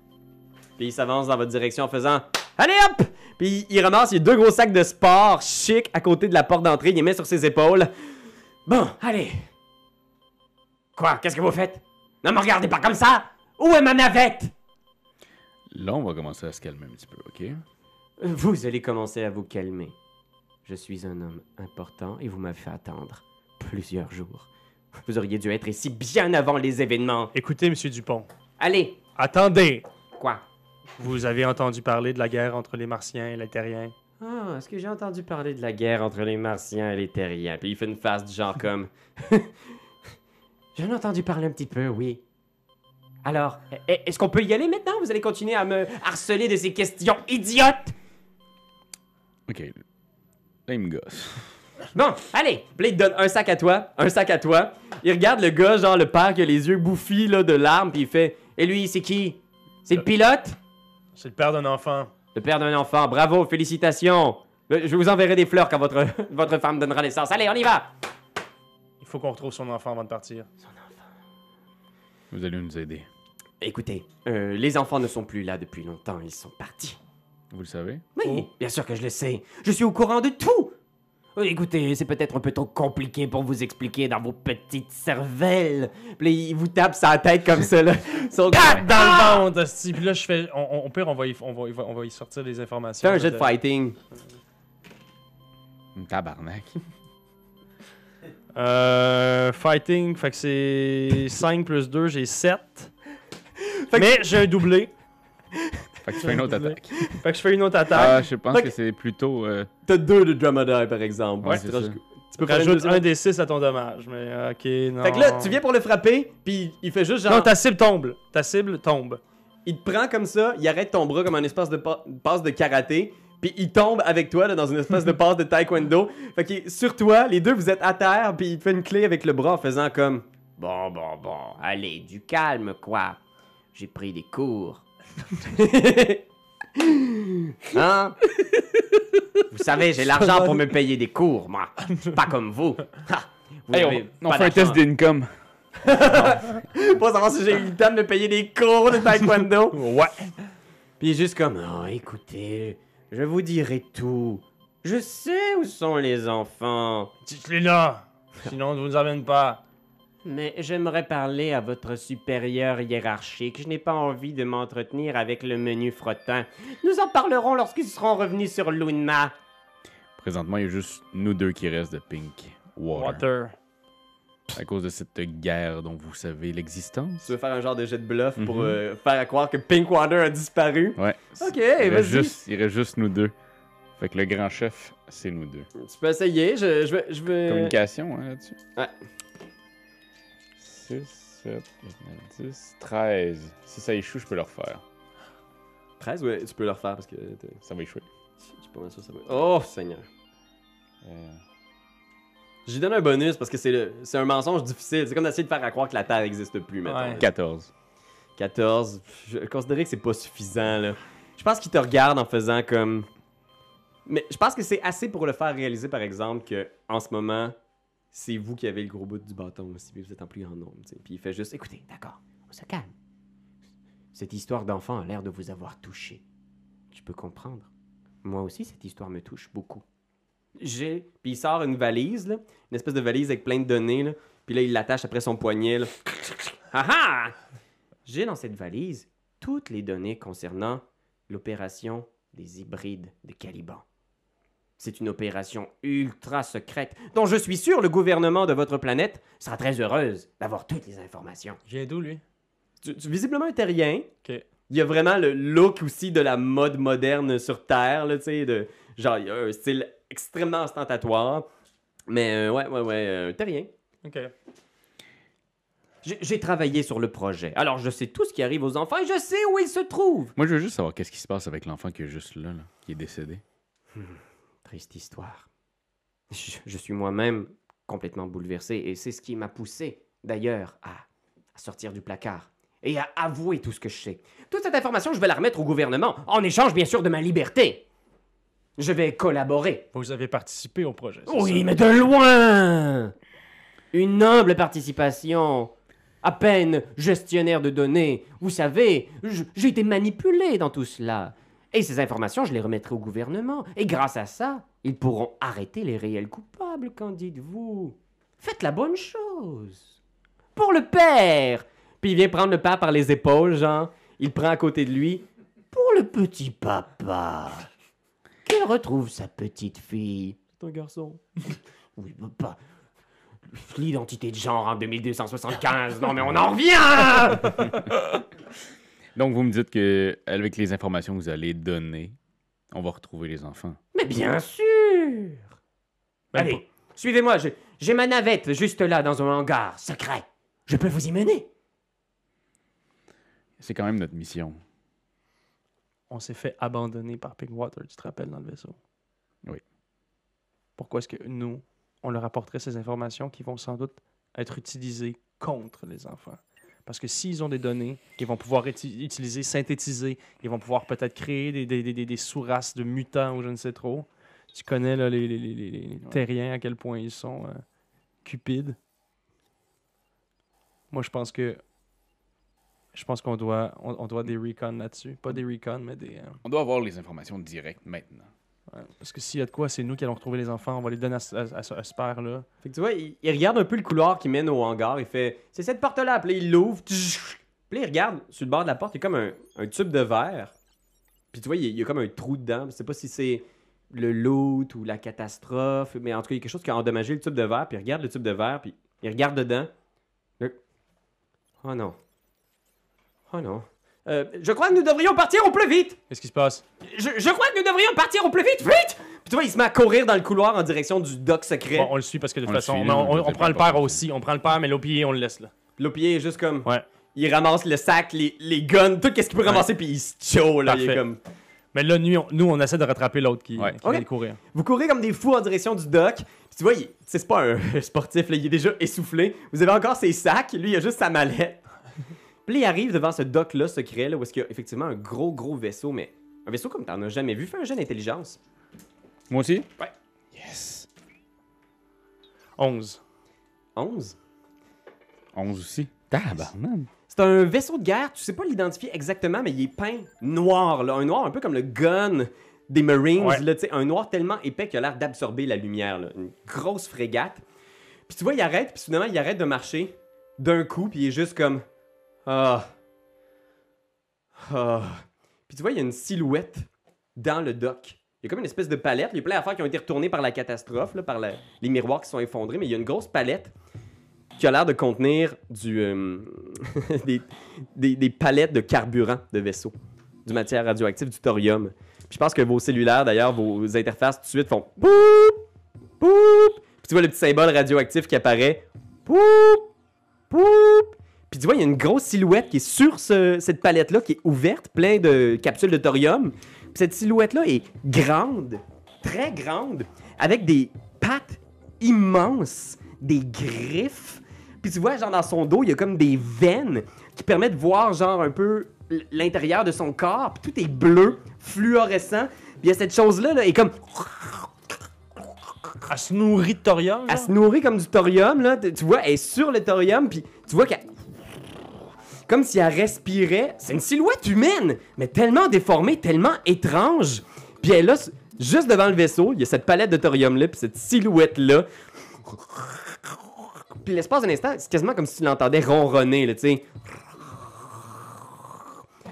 [SPEAKER 1] Puis il s'avance dans votre direction en faisant Allez hop! Puis il ramasse les deux gros sacs de sport chic à côté de la porte d'entrée, il les met sur ses épaules. Bon, allez! Quoi? Qu'est-ce que vous faites? Ne me regardez pas comme ça! Où est ma navette?
[SPEAKER 3] Là, on va commencer à se calmer un petit peu, OK?
[SPEAKER 1] Vous allez commencer à vous calmer. Je suis un homme important et vous m'avez fait attendre plusieurs jours. Vous auriez dû être ici bien avant les événements.
[SPEAKER 2] Écoutez, Monsieur Dupont.
[SPEAKER 1] Allez,
[SPEAKER 2] Attendez!
[SPEAKER 1] quoi
[SPEAKER 2] Vous avez entendu parler de la guerre entre les Martiens et les Terriens.
[SPEAKER 1] Ah, est-ce que j'ai entendu parler de la guerre entre les Martiens et les Terriens? Puis il fait une face du genre comme. J'en ai entendu parler un petit peu, oui. Alors, e- est-ce qu'on peut y aller maintenant? Vous allez continuer à me harceler de ces questions idiotes?
[SPEAKER 3] Ok. Là, il me gosse.
[SPEAKER 1] Bon, allez! Puis là, il te donne un sac à toi, un sac à toi. Il regarde le gars, genre le père qui a les yeux bouffis là, de larmes, puis il fait Et lui, c'est qui? C'est le pilote?
[SPEAKER 2] C'est le père d'un enfant.
[SPEAKER 1] Le père d'un enfant, bravo, félicitations! Le- Je vous enverrai des fleurs quand votre, votre femme donnera naissance. Allez, on y va!
[SPEAKER 2] Il faut qu'on retrouve son enfant avant de partir.
[SPEAKER 3] Vous allez nous aider.
[SPEAKER 1] Écoutez, euh, les enfants ne sont plus là depuis longtemps, ils sont partis.
[SPEAKER 3] Vous le savez?
[SPEAKER 1] Oui,
[SPEAKER 2] Oh.
[SPEAKER 1] bien sûr que je le sais. Je suis au courant de tout. Euh, Écoutez, c'est peut-être un peu trop compliqué pour vous expliquer dans vos petites cervelles. Puis là, il vous tape sa tête comme ça, là. Son Ah!
[SPEAKER 2] Tac dans le ventre, hostie. Puis là, je fais. On, on, au pire, on va, y, on, va, y- on va y sortir des informations. Euh,
[SPEAKER 1] Fais un jeu de fighting.
[SPEAKER 3] Tabarnak.
[SPEAKER 2] Euh, fighting, fait que c'est 5 plus 2, j'ai 7.
[SPEAKER 1] que-
[SPEAKER 2] Mais j'ai un doublé.
[SPEAKER 3] Fait que tu fais une autre attaque.
[SPEAKER 2] Fait que je fais une autre attaque.
[SPEAKER 3] Ah, je pense
[SPEAKER 1] Fait que-
[SPEAKER 3] que c'est plutôt. euh,
[SPEAKER 1] T'as deux de Dromadaire, par exemple.
[SPEAKER 3] Ouais,
[SPEAKER 1] Tu
[SPEAKER 3] c'est
[SPEAKER 1] te raj-
[SPEAKER 3] ça.
[SPEAKER 1] Tu peux faire une
[SPEAKER 2] Rajoute
[SPEAKER 1] deuxième-
[SPEAKER 2] un des 6 à ton dommage. Mais ok, non.
[SPEAKER 1] Fait que là,
[SPEAKER 2] Ah.
[SPEAKER 1] tu viens pour le frapper, puis il fait juste genre...
[SPEAKER 2] Non, ta cible tombe. Ta cible tombe.
[SPEAKER 1] Il te prend comme ça, il arrête ton bras comme un espace de pa- passe de karaté, puis il tombe avec toi là, dans une espèce de passe de taekwondo. Fait que sur toi, les deux vous êtes à terre, puis il te fait une clé avec le bras en faisant comme Bon, bon, bon, allez, du calme quoi. J'ai pris des cours. hein Vous savez, j'ai l'argent pour me payer des cours, moi. Pas comme vous. Ha! Vous
[SPEAKER 3] Hey,
[SPEAKER 1] avez
[SPEAKER 3] on, on
[SPEAKER 1] pas
[SPEAKER 3] fait un
[SPEAKER 1] d'argent.
[SPEAKER 3] test d'income.
[SPEAKER 1] Pas savoir si j'ai eu le temps de me payer des cours de taekwondo.
[SPEAKER 2] Ouais.
[SPEAKER 1] Puis il est juste comme, oh, écoutez, je vous dirai tout. Je sais où sont les enfants,
[SPEAKER 2] Dites-le là. Sinon, on ne vous amène pas.
[SPEAKER 1] mais j'aimerais parler à votre supérieur hiérarchique. Je n'ai pas envie de m'entretenir avec le menu frottin. Nous en parlerons lorsqu'ils seront revenus sur Luna.
[SPEAKER 3] Présentement, il y a juste nous deux qui restent de Pink Water.
[SPEAKER 2] Water.
[SPEAKER 3] À cause de cette guerre dont vous savez l'existence.
[SPEAKER 1] Tu veux faire un genre de jet de bluff pour euh, faire à croire que Pinkwater a disparu?
[SPEAKER 3] Ouais.
[SPEAKER 1] Ok,
[SPEAKER 3] il
[SPEAKER 1] vas-y.
[SPEAKER 3] reste, juste, il reste juste nous deux. Fait que le grand chef, c'est nous deux.
[SPEAKER 1] Tu peux essayer, je, je vais... Je vais...
[SPEAKER 3] Communication, hein, là-dessus.
[SPEAKER 1] Ouais.
[SPEAKER 3] 6, 7, 8, 9, 10, 13. Si ça échoue, je peux le refaire.
[SPEAKER 1] 13, ouais, tu peux le refaire parce que... t'es-
[SPEAKER 3] Ça va échouer.
[SPEAKER 1] Je suis pas mal sûr que ça va... Oh, Seigneur.
[SPEAKER 3] Euh,
[SPEAKER 1] J'ai donné un bonus parce que c'est le- c'est un mensonge difficile. C'est comme d'essayer de faire à croire que la Terre n'existe plus maintenant.
[SPEAKER 2] Ouais.
[SPEAKER 3] 14.
[SPEAKER 1] 14. Je considérais que c'est pas suffisant, là. Je pense qu'il te regarde en faisant comme. Mais je pense que c'est assez pour le faire réaliser, par exemple, que en ce moment, c'est vous qui avez le gros bout du bâton aussi, puis vous êtes en plus grand nombre. tu sais. Puis il fait juste écoutez, d'accord, on se calme. Cette histoire d'enfant a l'air de vous avoir touché. Je peux comprendre. Moi aussi, cette histoire me touche beaucoup. J'ai. Puis il sort une valise, là, une espèce de valise avec plein de données, là. Puis là, il l'attache après son poignet, là. Ah ah! J'ai dans cette valise toutes les données concernant l'opération des hybrides de Caliban. C'est une opération ultra secrète dont je suis sûr le gouvernement de votre planète sera très heureuse d'avoir toutes les informations.
[SPEAKER 2] Viens d'où, lui
[SPEAKER 1] Tu, tu- visiblement un terrien.
[SPEAKER 2] Ok.
[SPEAKER 1] Il y a vraiment le look aussi de la mode moderne sur Terre, là, tu sais, de genre il y a un style extrêmement ostentatoire. Mais euh, ouais, ouais, ouais, euh, terrien.
[SPEAKER 2] Ok.
[SPEAKER 1] J'ai- J'ai travaillé sur le projet, alors je sais tout ce qui arrive aux enfants et je sais où ils se trouvent.
[SPEAKER 3] Moi, je veux juste savoir qu'est-ce qui se passe avec l'enfant qui est juste là, là, qui est décédé.
[SPEAKER 1] Triste histoire. Je, je suis moi-même complètement bouleversé et c'est ce qui m'a poussé, d'ailleurs, à, à sortir du placard et à avouer tout ce que je sais. Toute cette information, je vais la remettre au gouvernement, en échange, bien sûr, de ma liberté. Je vais collaborer.
[SPEAKER 2] Vous avez participé au projet. c'est
[SPEAKER 1] Oui,
[SPEAKER 2] ça?
[SPEAKER 1] mais de loin Une noble participation. À peine gestionnaire de données. Vous savez, j- j'ai été manipulé dans tout cela. Et ces informations, je les remettrai au gouvernement. Et grâce à ça, ils pourront arrêter les réels coupables, qu'en dites-vous Faites la bonne chose. Pour le père Puis il vient prendre le père par les épaules, genre. Il prend à côté de lui. Pour le petit papa. Qu'il retrouve sa petite fille. C'est un garçon. Oui, mais pas. L'identité de genre en 2275. Non, mais on en revient
[SPEAKER 3] Donc, vous me dites que avec les informations que vous allez donner, on va retrouver les enfants.
[SPEAKER 1] Mais bien sûr!
[SPEAKER 2] Même
[SPEAKER 1] Allez, suivez-moi, je- j'ai ma navette juste là dans un hangar secret. Je peux vous y mener.
[SPEAKER 3] C'est quand même notre mission.
[SPEAKER 2] On s'est fait abandonner par Pinkwater, tu te rappelles, dans le vaisseau.
[SPEAKER 3] Oui.
[SPEAKER 2] Pourquoi est-ce que nous, on leur apporterait ces informations qui vont sans doute être utilisées contre les enfants? Parce que s'ils ont des données qu'ils vont pouvoir uti- utiliser, synthétiser, ils vont pouvoir peut-être créer des, des, des- des- des sous-races de mutants ou je ne sais trop. Tu connais là, les, les- les- les- les terriens, à quel point ils sont euh, cupides. Moi, je pense que je pense qu'on doit, on, on doit des recons là-dessus. Pas des recons, mais des. euh,
[SPEAKER 3] On doit avoir les informations directes maintenant.
[SPEAKER 2] ouais. Parce que s'il y a de quoi, c'est nous qui allons retrouver les enfants. On va les donner à, ce- à, ce- à ce père-là.
[SPEAKER 1] Fait que tu vois, il, il regarde un peu le couloir qui mène au hangar. Il fait C'est cette porte-là. Puis là, il l'ouvre. tch, Puis là, il regarde sur le bord de la porte. Il y a comme un, un tube de verre. Puis tu vois, il y a- il y a comme un trou dedans. Je sais pas si c'est le loot ou la catastrophe. Mais en tout cas, il y a quelque chose qui a endommagé le tube de verre. Puis il regarde le tube de verre. Puis il regarde dedans. Le- Oh non. Oh non. Euh, je crois que nous devrions partir au plus vite.
[SPEAKER 2] Qu'est-ce qui se passe?
[SPEAKER 1] Je, je crois que nous devrions partir au plus vite. Vite! Puis tu vois, il se met à courir dans le couloir en direction du dock secret.
[SPEAKER 2] Bon, on le suit parce que de
[SPEAKER 3] On
[SPEAKER 2] toute
[SPEAKER 3] le
[SPEAKER 2] façon,
[SPEAKER 3] suit,
[SPEAKER 2] on,
[SPEAKER 3] là,
[SPEAKER 2] on-
[SPEAKER 3] je
[SPEAKER 2] on
[SPEAKER 3] sais
[SPEAKER 2] prend
[SPEAKER 3] pas
[SPEAKER 2] le père
[SPEAKER 3] pourquoi.
[SPEAKER 2] aussi. On prend le père, mais l'OPI, on le laisse là.
[SPEAKER 1] Le pied est juste comme.
[SPEAKER 2] Ouais.
[SPEAKER 1] Il ramasse le sac, les, les guns, tout ce qu'il peut ramasser, puis il se tcho, là. Il est
[SPEAKER 2] Parfait.
[SPEAKER 1] comme...
[SPEAKER 2] Mais là, nous, on, nous, on essaie de rattraper l'autre qui,
[SPEAKER 3] Ouais.
[SPEAKER 2] qui vient
[SPEAKER 1] Ok.
[SPEAKER 2] de courir.
[SPEAKER 1] Vous courez comme des fous en direction du dock. Puis tu vois, il- tu sais, c'est pas un sportif, là, il est déjà essoufflé. Vous avez encore ses sacs, lui, il a juste sa mallette. puis là, il arrive devant ce dock-là secret, là, où est-ce qu'il y a effectivement un gros, gros vaisseau, mais un vaisseau comme t'en as jamais vu. Fais un jeu d'intelligence.
[SPEAKER 3] Moi aussi?
[SPEAKER 1] Ouais.
[SPEAKER 3] Yes.
[SPEAKER 2] 11.
[SPEAKER 1] 11.
[SPEAKER 3] 11 aussi. Tabarnan.
[SPEAKER 1] C'est un vaisseau de guerre, tu sais pas l'identifier exactement, mais il est peint noir, là. un noir un peu comme le gun des Marines,
[SPEAKER 2] Ouais.
[SPEAKER 1] là, tu sais, un noir tellement épais qu'il a l'air d'absorber la lumière, là. une grosse frégate. Puis tu vois, il arrête, puis soudainement, il arrête de marcher d'un coup, puis il est juste comme... Ah. Ah. Puis tu vois, il y a une silhouette dans le dock. Il y a comme une espèce de palette. Il y a plein d'affaires qui ont été retournées par la catastrophe, là, par la- les miroirs qui sont effondrés, mais il y a une grosse palette qui a l'air de contenir du, euh, des, des- des palettes de carburant de vaisseau, du matière radioactive, du thorium. Puis je pense que vos cellulaires, d'ailleurs, vos interfaces, tout de suite font boop, boop. Puis tu vois le petit symbole radioactif qui apparaît. Boop, boop. Puis tu vois, il y a une grosse silhouette qui est sur ce- cette palette-là, qui est ouverte, plein de capsules de thorium. Puis cette silhouette-là est grande, très grande, avec des pattes immenses, des griffes. Puis tu vois, genre dans son dos, il y a comme des veines qui permettent de voir, genre, un peu l- l'intérieur de son corps. Puis tout est bleu, fluorescent. Puis il y a cette chose-là, là, et comme,
[SPEAKER 2] À se nourrir de Thorium.
[SPEAKER 1] elle
[SPEAKER 2] genre?
[SPEAKER 1] se nourrit comme du thorium, là. Tu tu vois, elle est sur le thorium, puis tu vois qu'elle. Comme si elle respirait. C'est une silhouette humaine, mais tellement déformée, tellement étrange. Puis elle a, juste devant le vaisseau, il y a cette palette de thorium-là, puis cette silhouette-là. Puis l'espace d'un instant, c'est quasiment comme si tu l'entendais ronronner, là, tu sais.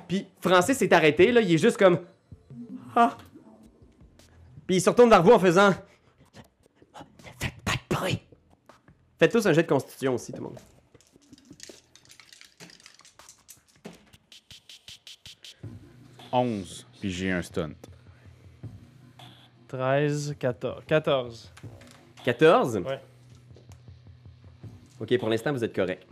[SPEAKER 1] Puis Francis s'est arrêté, là, il est juste comme. Ah! Puis il se retourne vers vous en faisant. Faites pas de bruit. Faites tous un jet de constitution aussi, tout le monde.
[SPEAKER 3] 11. Puis j'ai un stunt.
[SPEAKER 2] 13, 14. 14.
[SPEAKER 1] 14?
[SPEAKER 2] Ouais.
[SPEAKER 1] Ok, pour l'instant, vous êtes correct.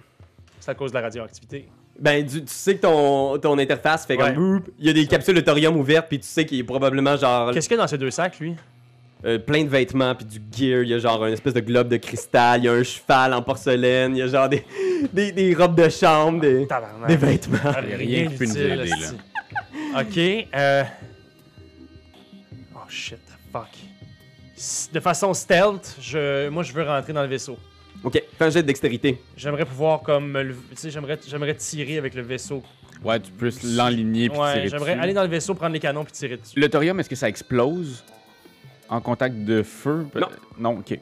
[SPEAKER 2] C'est à cause de la radioactivité.
[SPEAKER 1] Ben, du- tu, sais que ton, ton interface fait
[SPEAKER 2] Ouais.
[SPEAKER 1] comme boop, il y a des capsules de thorium ouvertes, puis tu sais qu'il y a probablement
[SPEAKER 3] Ah.
[SPEAKER 1] genre
[SPEAKER 2] Qu'est-ce qu'il y a dans ces deux sacs, lui?
[SPEAKER 1] euh, plein de vêtements, puis du gear, il y a genre une espèce de globe de cristal, il y a un cheval en porcelaine, il y a genre des, des, des robes de chambre, des,
[SPEAKER 2] Tabarnak.
[SPEAKER 1] des vêtements.
[SPEAKER 2] Ah,
[SPEAKER 3] Il y a rien qui peut nous
[SPEAKER 2] d'utile,
[SPEAKER 3] aider, là.
[SPEAKER 2] esti. Ok, euh... Oh shit, fuck. S- De façon stealth, je... moi je veux rentrer dans le vaisseau.
[SPEAKER 1] Ok, fais un jet de dextérité.
[SPEAKER 2] J'aimerais pouvoir comme... me lev- Tu sais, j'aimerais, j'aimerais tirer avec le vaisseau.
[SPEAKER 3] Ouais, tu peux l'enligner puis
[SPEAKER 2] ouais,
[SPEAKER 3] tirer
[SPEAKER 2] j'aimerais
[SPEAKER 3] dessus.
[SPEAKER 2] aller dans le vaisseau, prendre les canons puis tirer dessus.
[SPEAKER 3] Le thorium, est-ce que ça explose en contact de feu? Pe-
[SPEAKER 1] Non.
[SPEAKER 3] Non, ok.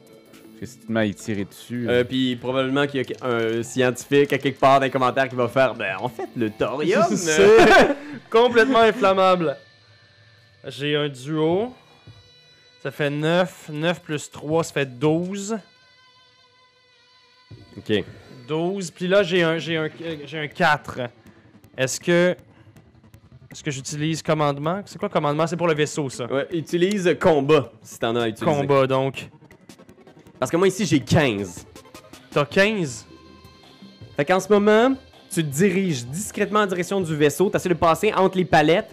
[SPEAKER 3] Parce que si tu te mets à y tirer dessus...
[SPEAKER 1] Euh, puis probablement qu'il y a un scientifique à quelque part dans les commentaires qui va faire Ben, en fait, le thorium. euh,
[SPEAKER 2] C'est complètement inflammable. J'ai un duo. Ça fait 9. 9 plus 3, ça fait 12.
[SPEAKER 1] Ok.
[SPEAKER 2] 12. Puis là, j'ai un, j'ai un, euh, j'ai un 4. Est-ce que Est-ce que j'utilise commandement? C'est quoi commandement? C'est pour le vaisseau, ça.
[SPEAKER 1] Ouais, utilise combat si t'en as à utiliser.
[SPEAKER 2] Combat, donc.
[SPEAKER 1] Parce que moi ici j'ai 15.
[SPEAKER 2] T'as 15?
[SPEAKER 1] Fait qu'en ce moment, tu te diriges discrètement en direction du vaisseau, t'essaies de passer entre les palettes,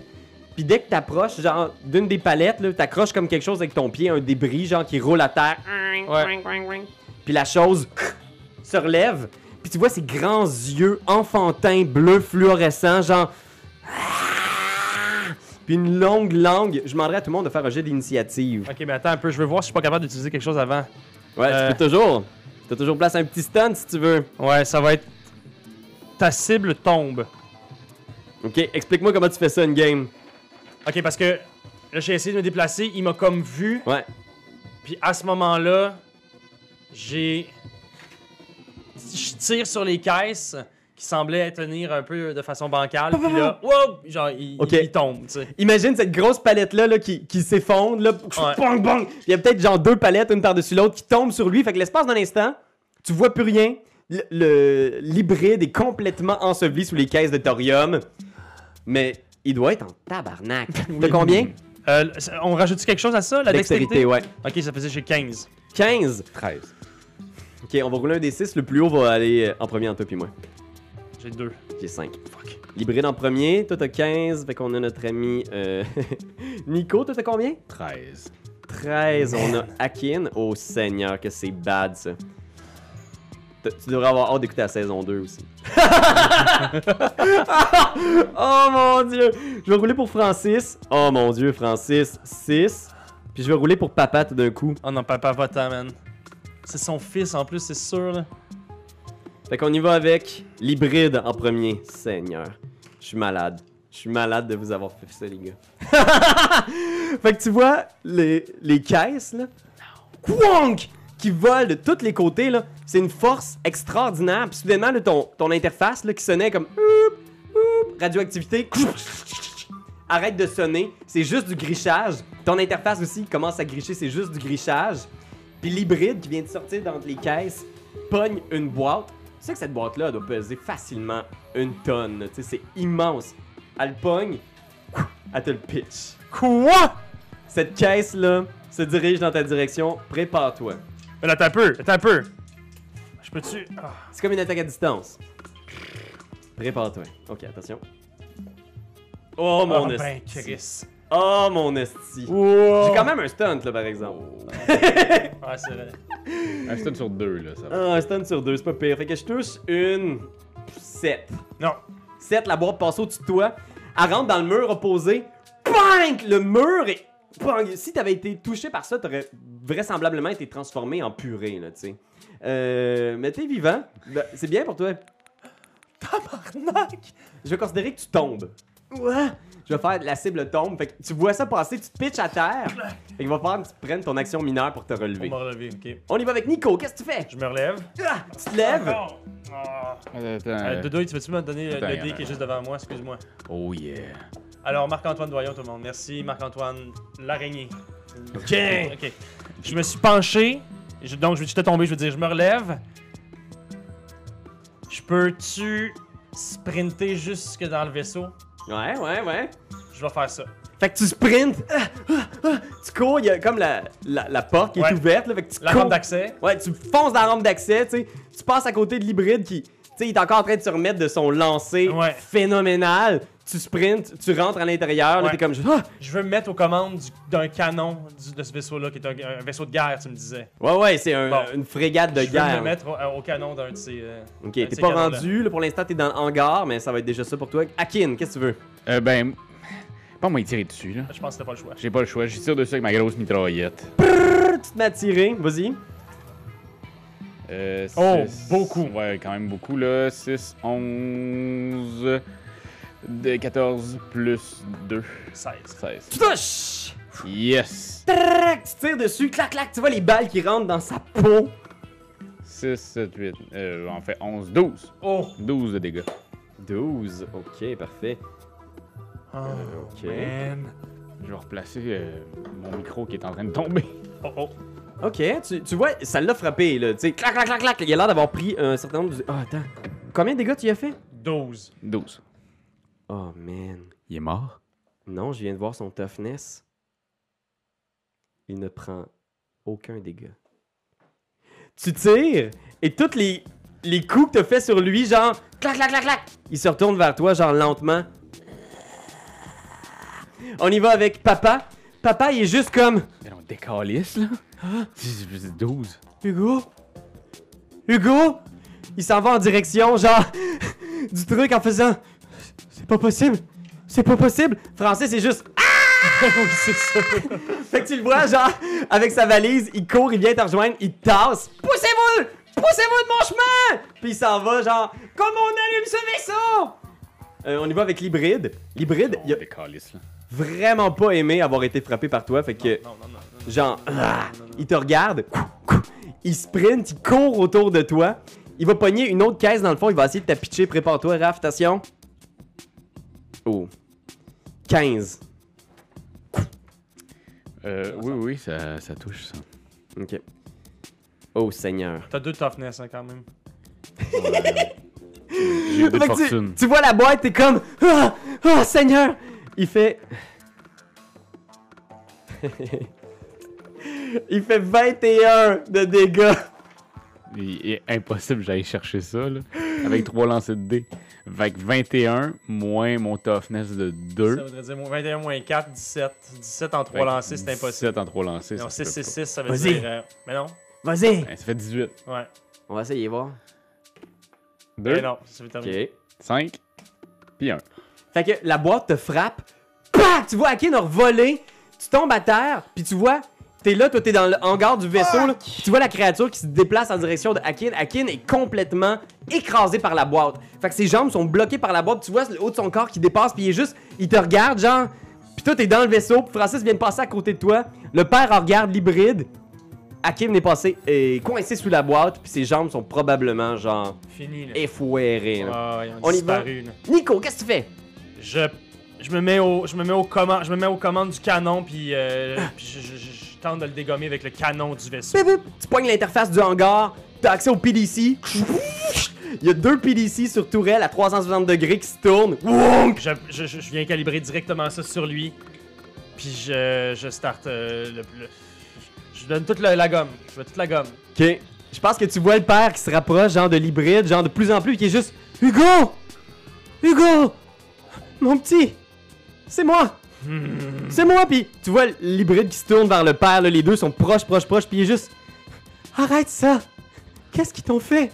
[SPEAKER 1] puis dès que t'approches, genre, d'une des palettes, là, t'accroches comme quelque chose avec ton pied, un débris, genre, qui roule à terre,
[SPEAKER 2] Ouais.
[SPEAKER 1] puis la chose se relève, puis tu vois ses grands yeux enfantins, bleus, fluorescents, genre... Puis une longue langue, je demanderais à tout le monde de faire un jet d'initiative.
[SPEAKER 2] Ok, mais attends un peu, je veux voir si je suis pas capable d'utiliser quelque chose avant.
[SPEAKER 1] Ouais,
[SPEAKER 2] Euh.
[SPEAKER 1] tu peux toujours. T'as toujours place à un petit stun si tu veux.
[SPEAKER 2] Ouais, ça va être. Ta cible tombe.
[SPEAKER 1] Ok, explique-moi comment tu fais ça une game.
[SPEAKER 2] Ok, parce que là, j'ai essayé de me déplacer, il m'a comme vu,
[SPEAKER 1] Ouais.
[SPEAKER 2] puis à ce moment-là, j'ai. Je tire sur les caisses qui semblaient tenir un peu de façon bancale, puis là, wow, genre, il,
[SPEAKER 1] Ok.
[SPEAKER 2] il tombe, tu sais.
[SPEAKER 1] Imagine cette grosse palette-là là, qui, qui s'effondre. Là, bang, bang. Il y a peut-être genre deux palettes, une par-dessus l'autre, qui tombent sur lui. Fait que l'espace d'un instant, tu vois plus rien. Le- le- L'hybride est complètement enseveli sous les caisses de thorium. Mais il doit être en tabarnak. T'as combien?
[SPEAKER 2] Euh, on rajoute quelque chose à ça, la dextérité?
[SPEAKER 1] Dextérité, ouais.
[SPEAKER 2] Ok, ça faisait j'ai 15.
[SPEAKER 1] 15.
[SPEAKER 3] 13.
[SPEAKER 1] Ok, on va rouler un des 6. Le plus haut va aller euh, en premier en toi puis moi.
[SPEAKER 2] J'ai 2.
[SPEAKER 1] J'ai 5. L'hybride en premier. Toi, t'as 15. Fait qu'on a notre ami euh, Nico. Toi, t'as combien?
[SPEAKER 3] 13.
[SPEAKER 1] 13, on a Akin. Oh seigneur, que c'est bad ça. T- Tu devrais avoir hâte d'écouter la saison 2 aussi. oh mon dieu! Je vais rouler pour Francis. Oh mon dieu, Francis, 6. Puis je vais rouler pour Papa tout d'un coup.
[SPEAKER 2] Oh non, papa, va-t'en, man. C'est son fils en plus, c'est sûr, là.
[SPEAKER 1] Fait qu'on y va avec l'hybride en premier. Seigneur, je suis malade. Je suis malade de vous avoir fait ça, les gars. fait que tu vois les, les caisses, là. Quonk! Qui volent de tous les côtés, là. C'est une force extraordinaire. Puis soudainement, là, ton, ton interface, là, qui sonnait comme. Oup, oup, radioactivité. Arrête de sonner. C'est juste du grichage. Ton interface aussi commence à gricher. C'est juste du grichage. Puis l'hybride qui vient de sortir d'entre les caisses pogne une boîte. Tu sais que cette boîte-là doit peser facilement une tonne. là. Tu sais, c'est immense. Elle le pogne, elle te le pitch.
[SPEAKER 2] Quoi?
[SPEAKER 1] Cette caisse-là se dirige dans ta direction. Prépare-toi.
[SPEAKER 2] Mais là, t'as un peu, t'as un peu. Je peux-tu. Ah.
[SPEAKER 1] C'est comme une attaque à distance. Prépare-toi. Ok, attention. Oh mon
[SPEAKER 2] Ah, ben,
[SPEAKER 1] esti.
[SPEAKER 2] Chris.
[SPEAKER 1] oh mon esti. J'ai quand même un stunt là par exemple.
[SPEAKER 2] Ouais, c'est vrai.
[SPEAKER 3] Un stun sur deux, là,
[SPEAKER 2] Oh.
[SPEAKER 3] ça va.
[SPEAKER 1] Ah, un stunt sur deux, c'est pas pire. Fait que je touche une 7.
[SPEAKER 2] Non.
[SPEAKER 1] 7, la boîte passe au-dessus de toi. Elle rentre dans le mur opposé. Bang! Le mur est. Bang! Si t'avais été touché par ça, t'aurais vraisemblablement été transformé en purée, là, tu sais. Euh, mais t'es vivant. Ben, C'est bien pour toi. Tabarnak! Je vais considérer que tu tombes. Ouais! Je vais faire la cible tombe. Fait que tu vois ça passer, tu te pitches à terre. Fait qu'il va falloir que tu prennes ton action mineure pour te
[SPEAKER 2] On
[SPEAKER 1] relever.
[SPEAKER 2] m'a relevé, ok.
[SPEAKER 1] On y va avec Nico, qu'est-ce que tu fais?
[SPEAKER 2] Je me relève.
[SPEAKER 1] Ah! Tu te lèves?
[SPEAKER 2] Ah.
[SPEAKER 3] Attends,
[SPEAKER 2] Euh, Dodo, tu veux-tu me donner le-
[SPEAKER 3] Attends,
[SPEAKER 2] le dé
[SPEAKER 3] attends.
[SPEAKER 2] qui est juste devant moi? Excuse-moi.
[SPEAKER 3] Oh yeah.
[SPEAKER 2] Alors, Marc-Antoine Doyon, tout le monde. Merci, Marc-Antoine, l'araignée.
[SPEAKER 1] Ok.
[SPEAKER 2] Ok. Je me suis penché. Je- donc, je vais te tomber. Je veux dire, je me relève. Je peux-tu sprinter jusque dans le vaisseau?
[SPEAKER 1] Ouais, ouais, ouais.
[SPEAKER 2] Je vais faire ça.
[SPEAKER 1] Fait que tu sprintes, ah, ah, ah, tu cours, il y a comme la, la, la porte qui
[SPEAKER 2] Ouais.
[SPEAKER 1] est ouverte, là, fait que tu
[SPEAKER 2] La
[SPEAKER 1] cours.
[SPEAKER 2] rampe d'accès.
[SPEAKER 1] Ouais, tu fonces dans la rampe d'accès, tu sais, tu passes à côté de l'hybride qui, tu sais, il est encore en train de se remettre de son lancer
[SPEAKER 2] Ouais.
[SPEAKER 1] phénoménal. Tu sprintes, tu rentres à l'intérieur, là,
[SPEAKER 2] Ouais.
[SPEAKER 1] t'es comme, ah!
[SPEAKER 2] Je veux me mettre aux commandes du- d'un canon du- de ce vaisseau-là, qui est un, un vaisseau de guerre, tu me disais.
[SPEAKER 1] ouais, ouais, c'est un-
[SPEAKER 2] Bon.
[SPEAKER 1] une frégate de
[SPEAKER 2] je
[SPEAKER 1] guerre.
[SPEAKER 2] veux me
[SPEAKER 1] là.
[SPEAKER 2] mettre au, euh, au canon d'un de ces. euh,
[SPEAKER 1] Ok,
[SPEAKER 2] un de
[SPEAKER 1] t'es
[SPEAKER 2] ces
[SPEAKER 1] pas
[SPEAKER 2] canons-là.
[SPEAKER 1] rendu, là, pour l'instant t'es dans le hangar, mais ça va être déjà ça pour toi. Akin, qu'est-ce que tu veux?
[SPEAKER 3] Euh, ben, pas moi y tirer dessus, là.
[SPEAKER 2] Je pense que t'as pas le choix.
[SPEAKER 3] J'ai pas le choix, j'y tire dessus avec ma grosse mitraillette.
[SPEAKER 1] Tu te mets à tirer, vas-y.
[SPEAKER 3] Euh, six-
[SPEAKER 2] Oh, beaucoup.
[SPEAKER 3] Ouais, quand même beaucoup, là. 6, 11, 14, plus 2,
[SPEAKER 2] 16.
[SPEAKER 3] 16.
[SPEAKER 1] Tu touches!
[SPEAKER 3] Yes!
[SPEAKER 1] Trac, tu tires dessus, clac, clac, tu vois les balles qui rentrent dans sa peau.
[SPEAKER 3] 6, 7, 8, euh, en fait 11, 12.
[SPEAKER 2] Oh!
[SPEAKER 3] 12 de dégâts.
[SPEAKER 1] 12, ok, parfait.
[SPEAKER 2] Oh,
[SPEAKER 1] Euh, ok.
[SPEAKER 2] man.
[SPEAKER 3] Je vais replacer euh, mon micro qui est en train de tomber.
[SPEAKER 2] Oh, oh.
[SPEAKER 1] Ok, tu, tu vois, ça l'a frappé, là. Tu sais, clac, clac, clac, clac. Il a l'air d'avoir pris un certain nombre de. Ah, attends. Combien de dégâts tu y as fait
[SPEAKER 2] 12.
[SPEAKER 3] 12.
[SPEAKER 1] Oh man.
[SPEAKER 3] Il est mort?
[SPEAKER 1] Non, je viens de voir son toughness. Il ne prend aucun dégât. Tu tires et tous les, les coups que t'as fait sur lui, genre clac clac clac clac, il se retourne vers toi genre lentement. On y va avec papa. Papa, il est juste comme
[SPEAKER 3] Mais on décalisse, là. C'est- c'est 12.
[SPEAKER 1] Hugo? Hugo? Il s'en va en direction, genre, du truc en faisant C'est pas possible! C'est pas possible! Francis est juste Ah!
[SPEAKER 2] Oui, c'est ça.
[SPEAKER 1] Fait que tu le vois, genre, avec sa valise, il court, il vient te rejoindre, il te tasse. Poussez-vous! Poussez-vous de mon chemin! Puis il s'en va, genre, comme on allume ce vaisseau! Euh, on y va avec l'hybride. L'hybride, il a
[SPEAKER 3] décalisse, là.
[SPEAKER 1] vraiment pas aimé avoir été frappé par toi, fait que,
[SPEAKER 2] Non, non, non. non.
[SPEAKER 1] genre, ah, il te regarde, il sprint, il court autour de toi, il va pogner une autre caisse dans le fond, il va essayer de t'apitcher. Prépare-toi, Raph, attention. Oh. 15.
[SPEAKER 3] Euh, oui, oui, ça, ça touche, ça.
[SPEAKER 1] Ok. Oh, Seigneur.
[SPEAKER 2] T'as deux toughness hein, quand même.
[SPEAKER 3] J'ai eu de
[SPEAKER 1] Fait que tu-
[SPEAKER 3] fortune.
[SPEAKER 1] Tu, vois la boîte, t'es comme Ah! Ah, Seigneur! Il fait. Il fait 21 de dégâts.
[SPEAKER 3] Il est impossible que j'aille chercher ça, là. Avec trois lancers de dés. Avec 21 moins mon toughness de
[SPEAKER 2] Ça
[SPEAKER 3] 2.
[SPEAKER 2] voudrait dire moins- 21 moins 4, 17. 17 en 3
[SPEAKER 3] Fait que
[SPEAKER 2] lancés, c'est impossible.
[SPEAKER 3] 17 en 3 lancés.
[SPEAKER 2] Non,
[SPEAKER 3] ça,
[SPEAKER 2] 6,
[SPEAKER 3] se peut
[SPEAKER 2] 6, 6, ça veut
[SPEAKER 1] Vas-y.
[SPEAKER 2] dire. euh, mais non,
[SPEAKER 1] Vas-y!
[SPEAKER 3] pas. Ouais, ça fait 18.
[SPEAKER 2] ouais.
[SPEAKER 1] On va essayer voir.
[SPEAKER 3] 2,
[SPEAKER 2] Mais Ben non, ça veut terminer.
[SPEAKER 3] 5, puis 1.
[SPEAKER 1] Fait que la boîte te frappe. Pac! Tu vois Akin voler. Tu tombes à terre. Puis tu vois, t'es là, toi, t'es dans le hangar du vaisseau. là. Tu vois la créature qui se déplace en direction de Akin. Akin est complètement écrasé par la boîte. Fait que ses jambes sont bloquées par la boîte. Tu vois le haut de son corps qui dépasse. Puis il est juste, il te regarde, genre. Puis toi, t'es dans le vaisseau. Puis Francis vient de passer à côté de toi. Le père en regarde l'hybride. Akin est passé et coincé sous la boîte. Puis ses jambes sont probablement, genre,
[SPEAKER 2] Fini, là.
[SPEAKER 1] effouérées. là.
[SPEAKER 2] Ah, ouais, on
[SPEAKER 1] On
[SPEAKER 2] est
[SPEAKER 1] y va.
[SPEAKER 2] disparu, là.
[SPEAKER 1] Nico, qu'est-ce que tu fais?
[SPEAKER 2] Je, je me mets au, je me mets au commandes, je me mets aux commandes du canon puis, euh, puis je, je- je- je tente de le dégommer avec le canon du vaisseau.
[SPEAKER 1] Bip, bip. Tu pognes l'interface du hangar, t'as accès au PDC. Il y a deux PDC sur Tourelle à 360 degrés qui se tournent. Wonk!
[SPEAKER 2] Je, je- je- je viens calibrer directement ça sur lui. Puis je, je start euh, le, le- je je donne toute la, la gomme. Je veux toute la gomme.
[SPEAKER 1] Ok. Je pense que tu vois le père qui se rapproche, genre de l'hybride, genre de plus en plus, qui est juste Hugo! Hugo! Mon petit! C'est moi! C'est moi! Puis tu vois l'hybride qui se tourne vers le père, là, les deux sont proches, proches, proches, puis il est juste Arrête ça! Qu'est-ce qu'ils t'ont fait?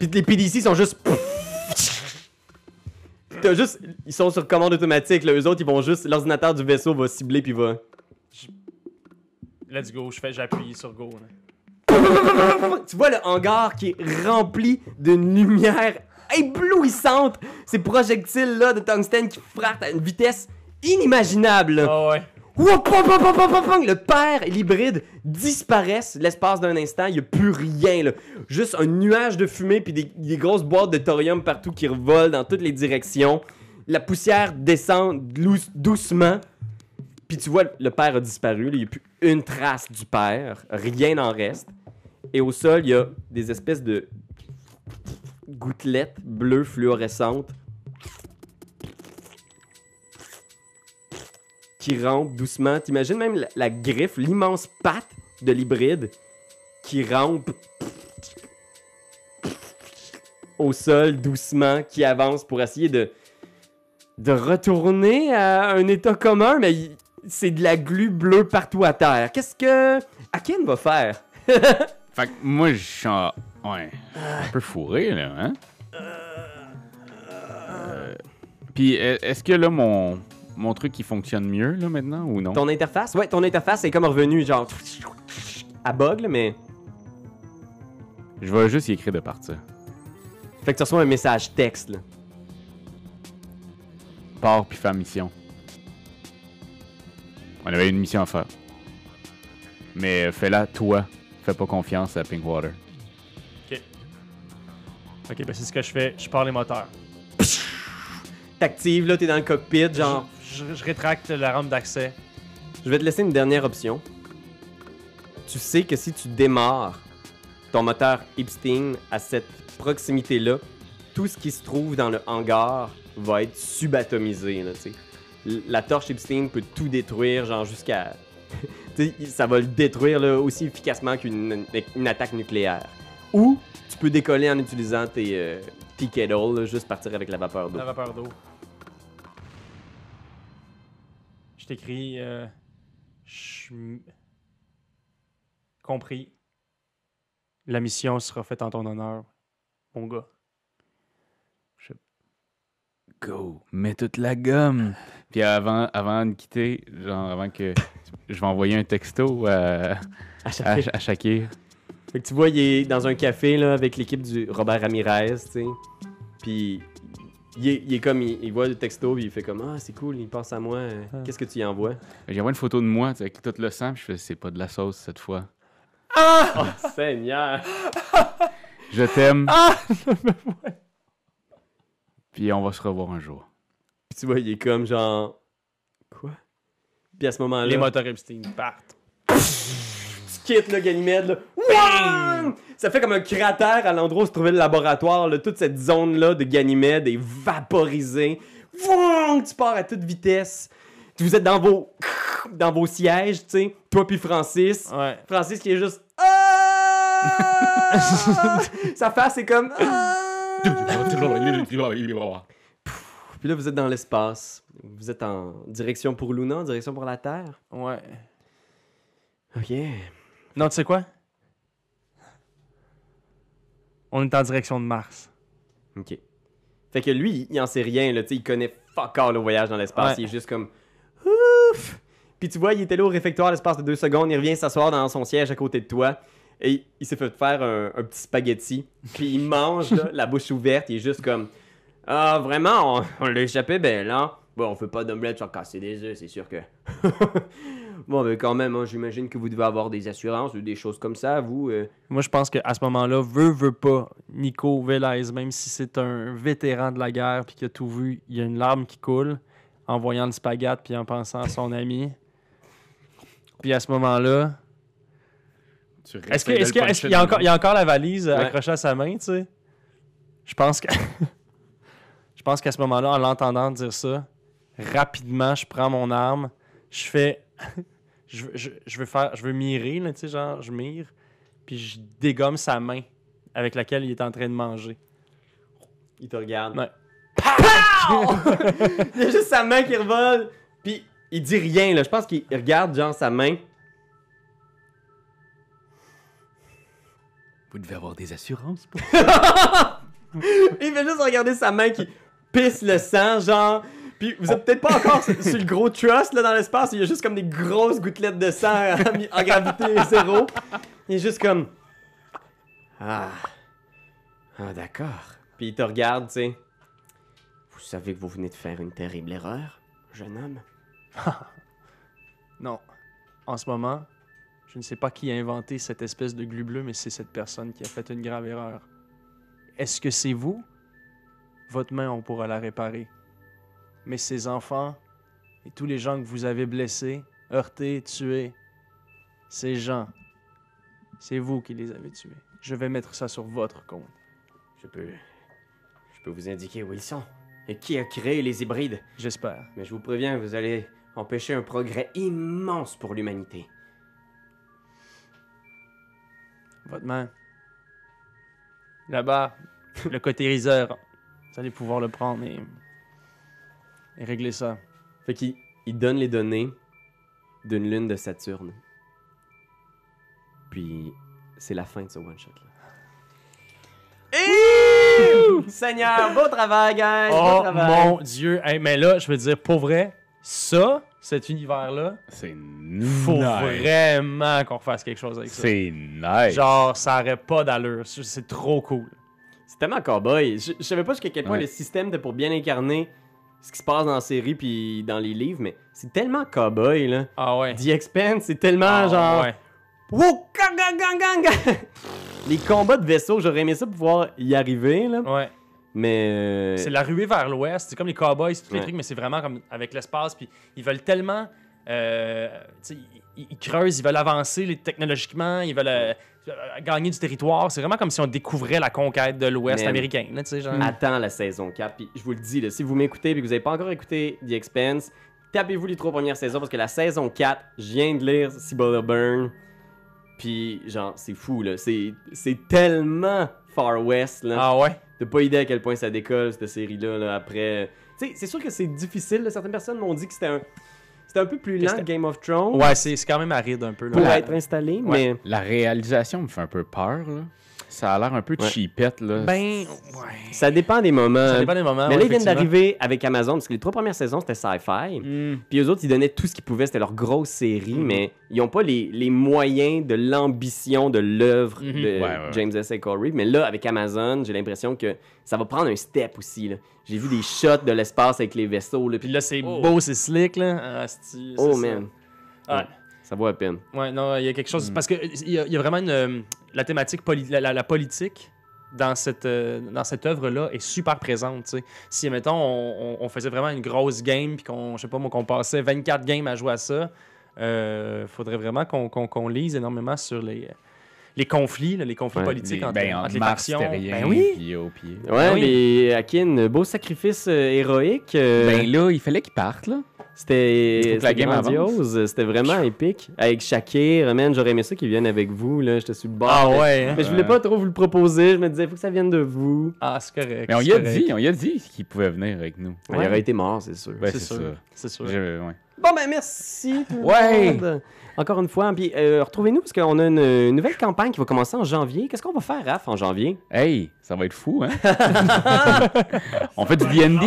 [SPEAKER 1] Puis les PDC sont juste. T'as juste. Ils sont sur commande automatique, là. Eux autres, ils vont juste. L'ordinateur du vaisseau va cibler, puis va.
[SPEAKER 2] Let's go. Je fais, j'appuie sur go. hein. là.
[SPEAKER 1] Tu vois le hangar qui est rempli d'une lumière éblouissante. Ces projectiles-là de tungstène qui frappent à une vitesse inimaginable. là.
[SPEAKER 2] Ah ouais.
[SPEAKER 1] Wouah, pong, pong, pong, pong, pong, pong. Le père et l'hybride disparaissent l'espace d'un instant. Il n'y a plus rien. Là. Juste un nuage de fumée puis des, des grosses boîtes de thorium partout qui revolent dans toutes les directions. La poussière descend dou- doucement. Puis tu vois, le père a disparu. là. Il n'y a plus une trace du père. Rien n'en reste. Et au sol, il y a des espèces de gouttelettes bleues fluorescentes qui rampe doucement. T'imagines même la, la griffe, l'immense patte de l'hybride qui rampe au sol doucement, qui avance pour essayer de, de retourner à un état commun, mais il- c'est de la glu bleue partout à terre. Qu'est-ce que Akin va faire?
[SPEAKER 3] Fait que moi, je suis en- Ouais. Un peu fourré, là, hein? Euh, Puis, e- est-ce que là, mon, mon truc, il fonctionne mieux, là, maintenant, ou non?
[SPEAKER 1] Ton interface? Ouais, ton interface est comme revenue, genre... À bug, là, mais...
[SPEAKER 3] Je vais juste y écrire de partir.
[SPEAKER 1] Fait que tu reçois un message texte, là.
[SPEAKER 3] Pars, puis faire mission. On avait une mission à faire. Mais euh, fais-la, toi. Fais pas confiance à Pinkwater.
[SPEAKER 2] Ok, ben c'est ce que je fais. Je pars les moteurs.
[SPEAKER 1] T'actives, là, t'es dans le cockpit, genre...
[SPEAKER 2] Je, je- je rétracte la rampe d'accès.
[SPEAKER 1] Je vais te laisser une dernière option. Tu sais que si tu démarres ton moteur Epstein à cette proximité-là, tout ce qui se trouve dans le hangar va être subatomisée. Là, tu sais. L- la torche Epstein peut tout détruire, genre jusqu'à. tu sais, ça va le détruire là, aussi efficacement qu'une une attaque nucléaire. Ou tu peux décoller en utilisant tes, euh, tes kettles, là, juste partir avec la vapeur d'eau.
[SPEAKER 2] La vapeur d'eau. Je t'écris. euh, je m- Compris. La mission sera faite en ton honneur, mon gars.
[SPEAKER 3] Go, mets toute la gomme. Puis avant, avant de quitter, genre avant que je vais envoyer un texto à,
[SPEAKER 1] À chaque
[SPEAKER 2] Ah.
[SPEAKER 3] à, à Shakir.
[SPEAKER 1] Fait que tu vois, il est dans un café là, avec l'équipe du Robert Ramirez, tu sais. Puis il est, il est comme, il, il voit le texto, puis il fait comme Ah, c'est cool, il pense à moi, euh,
[SPEAKER 2] Ah.
[SPEAKER 1] qu'est-ce que tu y envoies
[SPEAKER 3] J'envoie une photo de moi tu sais, avec tout le sang, puis je fais c'est pas de la sauce cette fois.
[SPEAKER 1] Oh, Seigneur
[SPEAKER 3] Je t'aime. Puis on va se revoir un jour.
[SPEAKER 1] Puis tu vois, il est comme genre Quoi Puis à ce moment-là,
[SPEAKER 2] Les moteurs Epstein partent.
[SPEAKER 1] tu quittes le Ganymède, là. Wouah! Ça fait comme un cratère à l'endroit où se trouvait le laboratoire, là. Toute cette zone-là de Ganymède est vaporisée. Wouah! Tu pars à toute vitesse. Vous êtes dans vos, dans vos sièges, tu sais. Toi puis Francis.
[SPEAKER 2] Ouais.
[SPEAKER 1] Francis qui est juste Ah! Sa face est comme Ah! Puis là vous êtes dans l'espace. Vous êtes en direction pour Luna, en direction pour la Terre.
[SPEAKER 2] Ouais.
[SPEAKER 1] OK.
[SPEAKER 2] Non, tu sais quoi? On est en direction de Mars.
[SPEAKER 1] OK. Fait que lui, il en sait rien là, tu sais, il connaît fuck all le voyage dans l'espace,
[SPEAKER 2] Ouais.
[SPEAKER 1] il est juste comme ouf. Puis tu vois, il était là au réfectoire l'espace de deux secondes, il revient s'asseoir dans son siège à côté de toi. Et il s'est fait faire un, un petit spaghetti. Puis il mange, là, la bouche ouverte. Il est juste comme Ah, vraiment, on, on l'a échappé belle, hein? Bon, on fait pas d'omelette sans casser des œufs, c'est sûr que. bon, mais quand même, hein, j'imagine que vous devez avoir des assurances ou des choses comme ça, vous. euh.
[SPEAKER 2] Moi, je pense qu'à ce moment-là, veut, veut pas, Nico Velez, même si c'est un vétéran de la guerre puis qu'il a tout vu, il y a une larme qui coule en voyant le spaghette puis en pensant à son ami. Puis à ce moment-là, est-ce que- est-ce que- est-ce qu'il y, a encore- il y a encore la valise euh,
[SPEAKER 1] Ouais.
[SPEAKER 2] accrochée à sa main, tu sais? Je pense que... je pense qu'à ce moment-là, en l'entendant dire ça, rapidement, je prends mon arme, je fais... je, veux- je, je veux faire... Je veux mirer, là, tu sais, genre, je mire, puis je dégomme sa main avec laquelle il est en train de manger.
[SPEAKER 1] Il te regarde.
[SPEAKER 2] Ouais.
[SPEAKER 1] Pow! il y a juste sa main qui revole. Puis il dit rien, là. Je pense qu'il regarde, genre, sa main.
[SPEAKER 3] Vous devez avoir des assurances.
[SPEAKER 1] Il fait juste regarder sa main qui pisse le sang, genre. Puis vous êtes peut-être pas encore sur sur le gros truss, là, dans l'espace. Il y a juste comme des grosses gouttelettes de sang en, en gravité zéro. Il est juste comme. Ah. Ah, d'accord. Puis il te regarde, tu sais. Vous savez que vous venez de faire une terrible erreur, jeune homme.
[SPEAKER 2] Non. En ce moment, je ne sais pas qui a inventé cette espèce de glu bleu, mais c'est cette personne qui a fait une grave erreur. Est-ce que c'est vous? Votre main, on pourra la réparer. Mais ces enfants et tous les gens que vous avez blessés, heurtés, tués, ces gens, c'est vous qui les avez tués. Je vais mettre ça sur votre compte.
[SPEAKER 1] Je peux. Je peux vous indiquer où ils sont et qui a créé les hybrides.
[SPEAKER 2] J'espère.
[SPEAKER 1] Mais je vous préviens, vous allez empêcher un progrès immense pour l'humanité.
[SPEAKER 2] Votre main. Là-bas, le cotériseur. Vous allez pouvoir le prendre et, et régler ça.
[SPEAKER 1] Fait qu'il il donne les données d'une lune de Saturne. Puis c'est la fin de ce one shot là. Seigneur, beau travail, guys! beau
[SPEAKER 2] Oh
[SPEAKER 1] travail!
[SPEAKER 2] mon dieu! Hey, mais là, je veux dire, pour vrai, ça, cet univers-là,
[SPEAKER 3] C'est
[SPEAKER 2] faut
[SPEAKER 3] nice.
[SPEAKER 2] vraiment qu'on fasse quelque chose avec ça.
[SPEAKER 3] C'est nice.
[SPEAKER 2] Genre, ça aurait pas d'allure. C'est- C'est trop cool.
[SPEAKER 1] C'est tellement cowboy. Je, je savais pas jusqu'à quel point
[SPEAKER 3] Ouais.
[SPEAKER 1] le système était pour bien incarner ce qui se passe dans la série puis dans les livres, mais c'est tellement cowboy là.
[SPEAKER 2] Ah ouais.
[SPEAKER 1] The Expanse, c'est tellement
[SPEAKER 2] Ah
[SPEAKER 1] genre.
[SPEAKER 2] ouais.
[SPEAKER 1] Wow, gang, gang, gang, gang, gang. Les combats de vaisseaux, j'aurais aimé ça pour pouvoir y arriver, là.
[SPEAKER 2] Ouais.
[SPEAKER 1] Mais.
[SPEAKER 2] C'est la ruée vers l'ouest. C'est comme les cowboys, tous les
[SPEAKER 1] Ouais.
[SPEAKER 2] trucs, mais c'est vraiment comme avec l'espace. Puis ils veulent tellement. euh, tu sais, ils, ils creusent, ils veulent avancer les- technologiquement, ils veulent euh, euh, gagner du territoire. C'est vraiment comme si on découvrait la conquête de l'Ouest
[SPEAKER 1] Man.
[SPEAKER 2] américain. là, tu sais, genre.
[SPEAKER 1] euh, Attends la saison 4. Puis je vous le dis, là, si vous m'écoutez et que vous n'avez pas encore écouté The Expense, tapez-vous les trois premières saisons parce que la saison 4, je viens de lire Cibola Burn. Puis genre, c'est fou, là. C'est c'est tellement Far West, là.
[SPEAKER 2] Ah ouais?
[SPEAKER 1] T'as pas idée à quel point ça décolle, cette série-là, là, après. Tu sais, c'est sûr que c'est difficile. là. Certaines personnes m'ont dit que c'était un. C'était un peu plus lent que
[SPEAKER 2] c'était-
[SPEAKER 1] Game of Thrones
[SPEAKER 2] Ouais, c'est c'est quand même aride un peu. Là. Euh,
[SPEAKER 1] pour
[SPEAKER 2] La-
[SPEAKER 1] être installé,
[SPEAKER 3] Ouais.
[SPEAKER 1] mais.
[SPEAKER 3] La réalisation me fait un peu peur, là. Ça a l'air un peu
[SPEAKER 1] Ouais.
[SPEAKER 3] cheapette, là.
[SPEAKER 2] Ben, ouais.
[SPEAKER 1] Ça dépend des moments.
[SPEAKER 2] Ça dépend des moments.
[SPEAKER 1] Euh, Mais là,
[SPEAKER 2] ouais,
[SPEAKER 1] ils viennent
[SPEAKER 2] effectivement.
[SPEAKER 1] d'arriver avec Amazon, parce que les trois premières saisons, c'était sci-fi.
[SPEAKER 3] Hmm.
[SPEAKER 1] Puis eux autres, ils donnaient tout ce qu'ils pouvaient. C'était leur grosse série,
[SPEAKER 2] Mhm.
[SPEAKER 1] mais ils n'ont pas les, les moyens de l'ambition de l'œuvre
[SPEAKER 2] Mhm.
[SPEAKER 1] de
[SPEAKER 3] Ouais, ouais, ouais.
[SPEAKER 1] James S. A. Corey. Mais là, avec Amazon, j'ai l'impression que ça va prendre un step aussi. là. J'ai vu des shots de l'espace avec les vaisseaux. là,
[SPEAKER 2] Puis
[SPEAKER 1] puis
[SPEAKER 2] là, c'est
[SPEAKER 1] Oh.
[SPEAKER 2] beau, c'est slick, là. Ah, c'est- c'est
[SPEAKER 1] oh
[SPEAKER 2] ça.
[SPEAKER 1] man,
[SPEAKER 2] Ouais.
[SPEAKER 1] ça vaut à peine.
[SPEAKER 2] Ouais, non, il y a quelque
[SPEAKER 3] Hmm.
[SPEAKER 2] chose. Parce que euh, il y, a- il y a vraiment une. euh, La thématique, poli- la, la- la politique dans cette, euh, dans cette œuvre-là est super présente. tu sais. Si, mettons, on, on- on faisait vraiment une grosse game, puis qu'on, je sais pas moi, qu'on passait 24 games à jouer à ça, euh, faudrait vraiment qu'on, qu'on- qu'on lise énormément sur les, les conflits, là, les conflits
[SPEAKER 1] Ouais,
[SPEAKER 2] politiques
[SPEAKER 3] Les-
[SPEAKER 2] entre,
[SPEAKER 3] ben,
[SPEAKER 2] entre
[SPEAKER 3] entre
[SPEAKER 2] euh, les
[SPEAKER 3] Mars,
[SPEAKER 2] factions.
[SPEAKER 3] Terrien,
[SPEAKER 2] Ben oui!
[SPEAKER 3] puis au pied.
[SPEAKER 1] Ouais,
[SPEAKER 2] oui.
[SPEAKER 1] mais Akin, beau sacrifice euh, héroïque. euh,
[SPEAKER 3] Ben là, il fallait qu'il parte, là.
[SPEAKER 1] C'était
[SPEAKER 3] Il faut que la
[SPEAKER 1] c'était
[SPEAKER 3] game avance.
[SPEAKER 1] grandiose, c'était vraiment épique. Avec Shakir, man, j'aurais aimé ça qu'il vienne avec vous, là, j'étais sur le bord.
[SPEAKER 2] Ah
[SPEAKER 1] mais-
[SPEAKER 2] ouais! hein?
[SPEAKER 1] Mais je voulais
[SPEAKER 3] Ouais.
[SPEAKER 1] pas trop vous le proposer, je me disais, faut que ça vienne de vous.
[SPEAKER 2] Ah, c'est correct.
[SPEAKER 3] Mais on
[SPEAKER 2] c'est
[SPEAKER 3] y a
[SPEAKER 2] correct.
[SPEAKER 3] dit, on y a dit qu'il pouvait venir avec nous.
[SPEAKER 1] Ben,
[SPEAKER 2] Ouais.
[SPEAKER 1] Il aurait été mort, c'est sûr.
[SPEAKER 3] Ben,
[SPEAKER 2] c'est,
[SPEAKER 3] c'est
[SPEAKER 2] sûr.
[SPEAKER 3] ça.
[SPEAKER 2] C'est sûr.
[SPEAKER 3] Je- ouais.
[SPEAKER 1] Bon, ben merci tout le
[SPEAKER 3] Ouais.
[SPEAKER 1] monde. Encore une fois, puis euh, retrouvez-nous parce qu'on a une, une nouvelle campagne qui va commencer en janvier. Qu'est-ce qu'on va faire, Raph, en janvier?
[SPEAKER 3] Hey, ça va être fou, hein? on fait du D&D?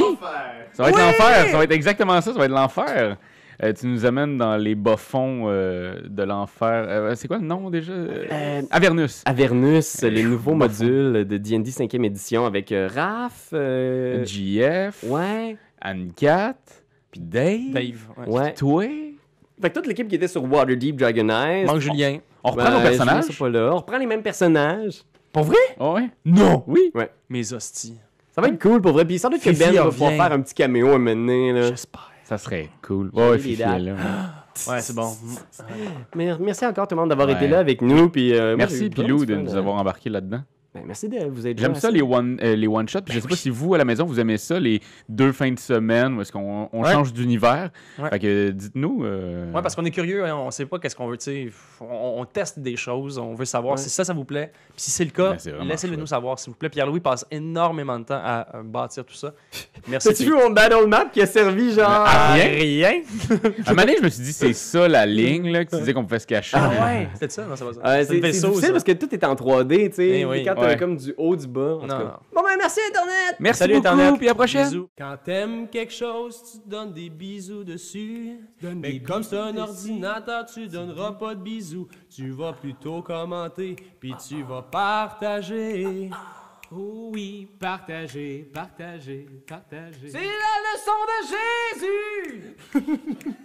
[SPEAKER 3] Ça va être l'enfer! Ça va être exactement ça, ça va être l'enfer! Euh, tu nous amènes dans les bas-fonds euh, de l'enfer. Euh, c'est quoi le nom déjà?
[SPEAKER 1] Euh,
[SPEAKER 3] Avernus.
[SPEAKER 1] Avernus,
[SPEAKER 3] Euh,
[SPEAKER 1] les nouveaux
[SPEAKER 3] bon
[SPEAKER 1] modules de D&D 5e édition avec euh, Raph, euh,
[SPEAKER 3] JF,
[SPEAKER 1] ouais,
[SPEAKER 3] Anne-Cat, puis Dave,
[SPEAKER 2] Dave. ouais.
[SPEAKER 1] ouais.
[SPEAKER 3] toi.
[SPEAKER 1] Fait que toute l'équipe qui était sur Waterdeep Dragon Eyes,
[SPEAKER 2] Manque Julien.
[SPEAKER 3] On reprend nos
[SPEAKER 1] Ben, Julien,
[SPEAKER 3] personnages?
[SPEAKER 1] c'est pas là. On reprend les mêmes personnages.
[SPEAKER 2] Pour vrai?
[SPEAKER 3] Ah ouais.
[SPEAKER 2] Non!
[SPEAKER 3] Oui.
[SPEAKER 2] Mes hosties.
[SPEAKER 1] Ça
[SPEAKER 3] Hmm.
[SPEAKER 1] va être cool pour vrai. Puis sans doute que
[SPEAKER 2] Fifi
[SPEAKER 1] Ben va
[SPEAKER 2] revient.
[SPEAKER 1] pouvoir faire un petit caméo un moment donné,
[SPEAKER 3] Euh.
[SPEAKER 1] là.
[SPEAKER 2] J'espère.
[SPEAKER 3] Ça serait cool.
[SPEAKER 1] J'ai
[SPEAKER 3] Ouais,
[SPEAKER 1] les
[SPEAKER 3] Fifi,
[SPEAKER 1] dates. Ah,
[SPEAKER 3] là, ouais.
[SPEAKER 2] Ouais, c'est bon.
[SPEAKER 1] Mais merci encore tout le monde d'avoir
[SPEAKER 3] Ouais.
[SPEAKER 1] été là avec nous. Puis, euh, moi, j'ai eu
[SPEAKER 3] Merci,
[SPEAKER 1] plein
[SPEAKER 3] Pilou,
[SPEAKER 1] fun,
[SPEAKER 3] de nous
[SPEAKER 1] hein.
[SPEAKER 3] avoir embarqués là-dedans.
[SPEAKER 1] Ben, merci de vous être
[SPEAKER 3] J'aime
[SPEAKER 1] joints à
[SPEAKER 3] ça, les one, euh, les one shot. Puis
[SPEAKER 2] Ben
[SPEAKER 3] je
[SPEAKER 1] Ah
[SPEAKER 3] sais
[SPEAKER 2] oui.
[SPEAKER 3] pas si vous à la maison vous aimez ça les deux fins de semaine où est-ce qu'on on
[SPEAKER 2] Ouais.
[SPEAKER 3] change d'univers.
[SPEAKER 2] Ouais.
[SPEAKER 3] Fait que dites-nous. euh,
[SPEAKER 2] Ouais, parce qu'on est curieux, hein, on sait pas qu'est-ce qu'on veut, tu sais. On, on teste des choses, on veut savoir
[SPEAKER 1] Ouais.
[SPEAKER 2] si ça, ça vous plaît. Puis si c'est le cas,
[SPEAKER 3] Ben, c'est vraiment
[SPEAKER 2] laissez-le
[SPEAKER 3] chouette.
[SPEAKER 2] nous savoir, s'il vous plaît. Pierre-Louis passe énormément de temps à euh, bâtir tout ça. Merci.
[SPEAKER 1] T'as-tu vu mon battle map qui a servi genre
[SPEAKER 3] À Ah, rien.
[SPEAKER 1] Ah, rien?
[SPEAKER 3] À un moment donné, je me suis dit c'est ça la ligne là que tu disais qu'on pouvait se cacher.
[SPEAKER 2] Ah ouais! C'était ça? Non, c'est pas ça.
[SPEAKER 1] Euh,
[SPEAKER 2] C'était le
[SPEAKER 1] c'est c'est
[SPEAKER 2] vaisseau,
[SPEAKER 1] difficile
[SPEAKER 2] ça.
[SPEAKER 1] parce que tout est en 3D, tu sais.
[SPEAKER 2] Eh oui.
[SPEAKER 1] Et Quand t'as
[SPEAKER 3] Ouais.
[SPEAKER 1] comme du haut, du bas. en tout
[SPEAKER 2] Non,
[SPEAKER 1] cas.
[SPEAKER 2] non.
[SPEAKER 1] Bon, ben merci Internet!
[SPEAKER 3] Merci
[SPEAKER 2] Salut,
[SPEAKER 3] beaucoup.
[SPEAKER 2] Internet.
[SPEAKER 3] Puis à la prochaine.
[SPEAKER 2] Bisous.
[SPEAKER 4] Quand t'aimes quelque chose, tu donnes des bisous dessus. Mais comme c'est un ordinateur, tu donneras pas de bisous. Tu vas plutôt commenter, puis tu vas partager. Oh oui, partager, partager, partager.
[SPEAKER 1] C'est la leçon de Jésus!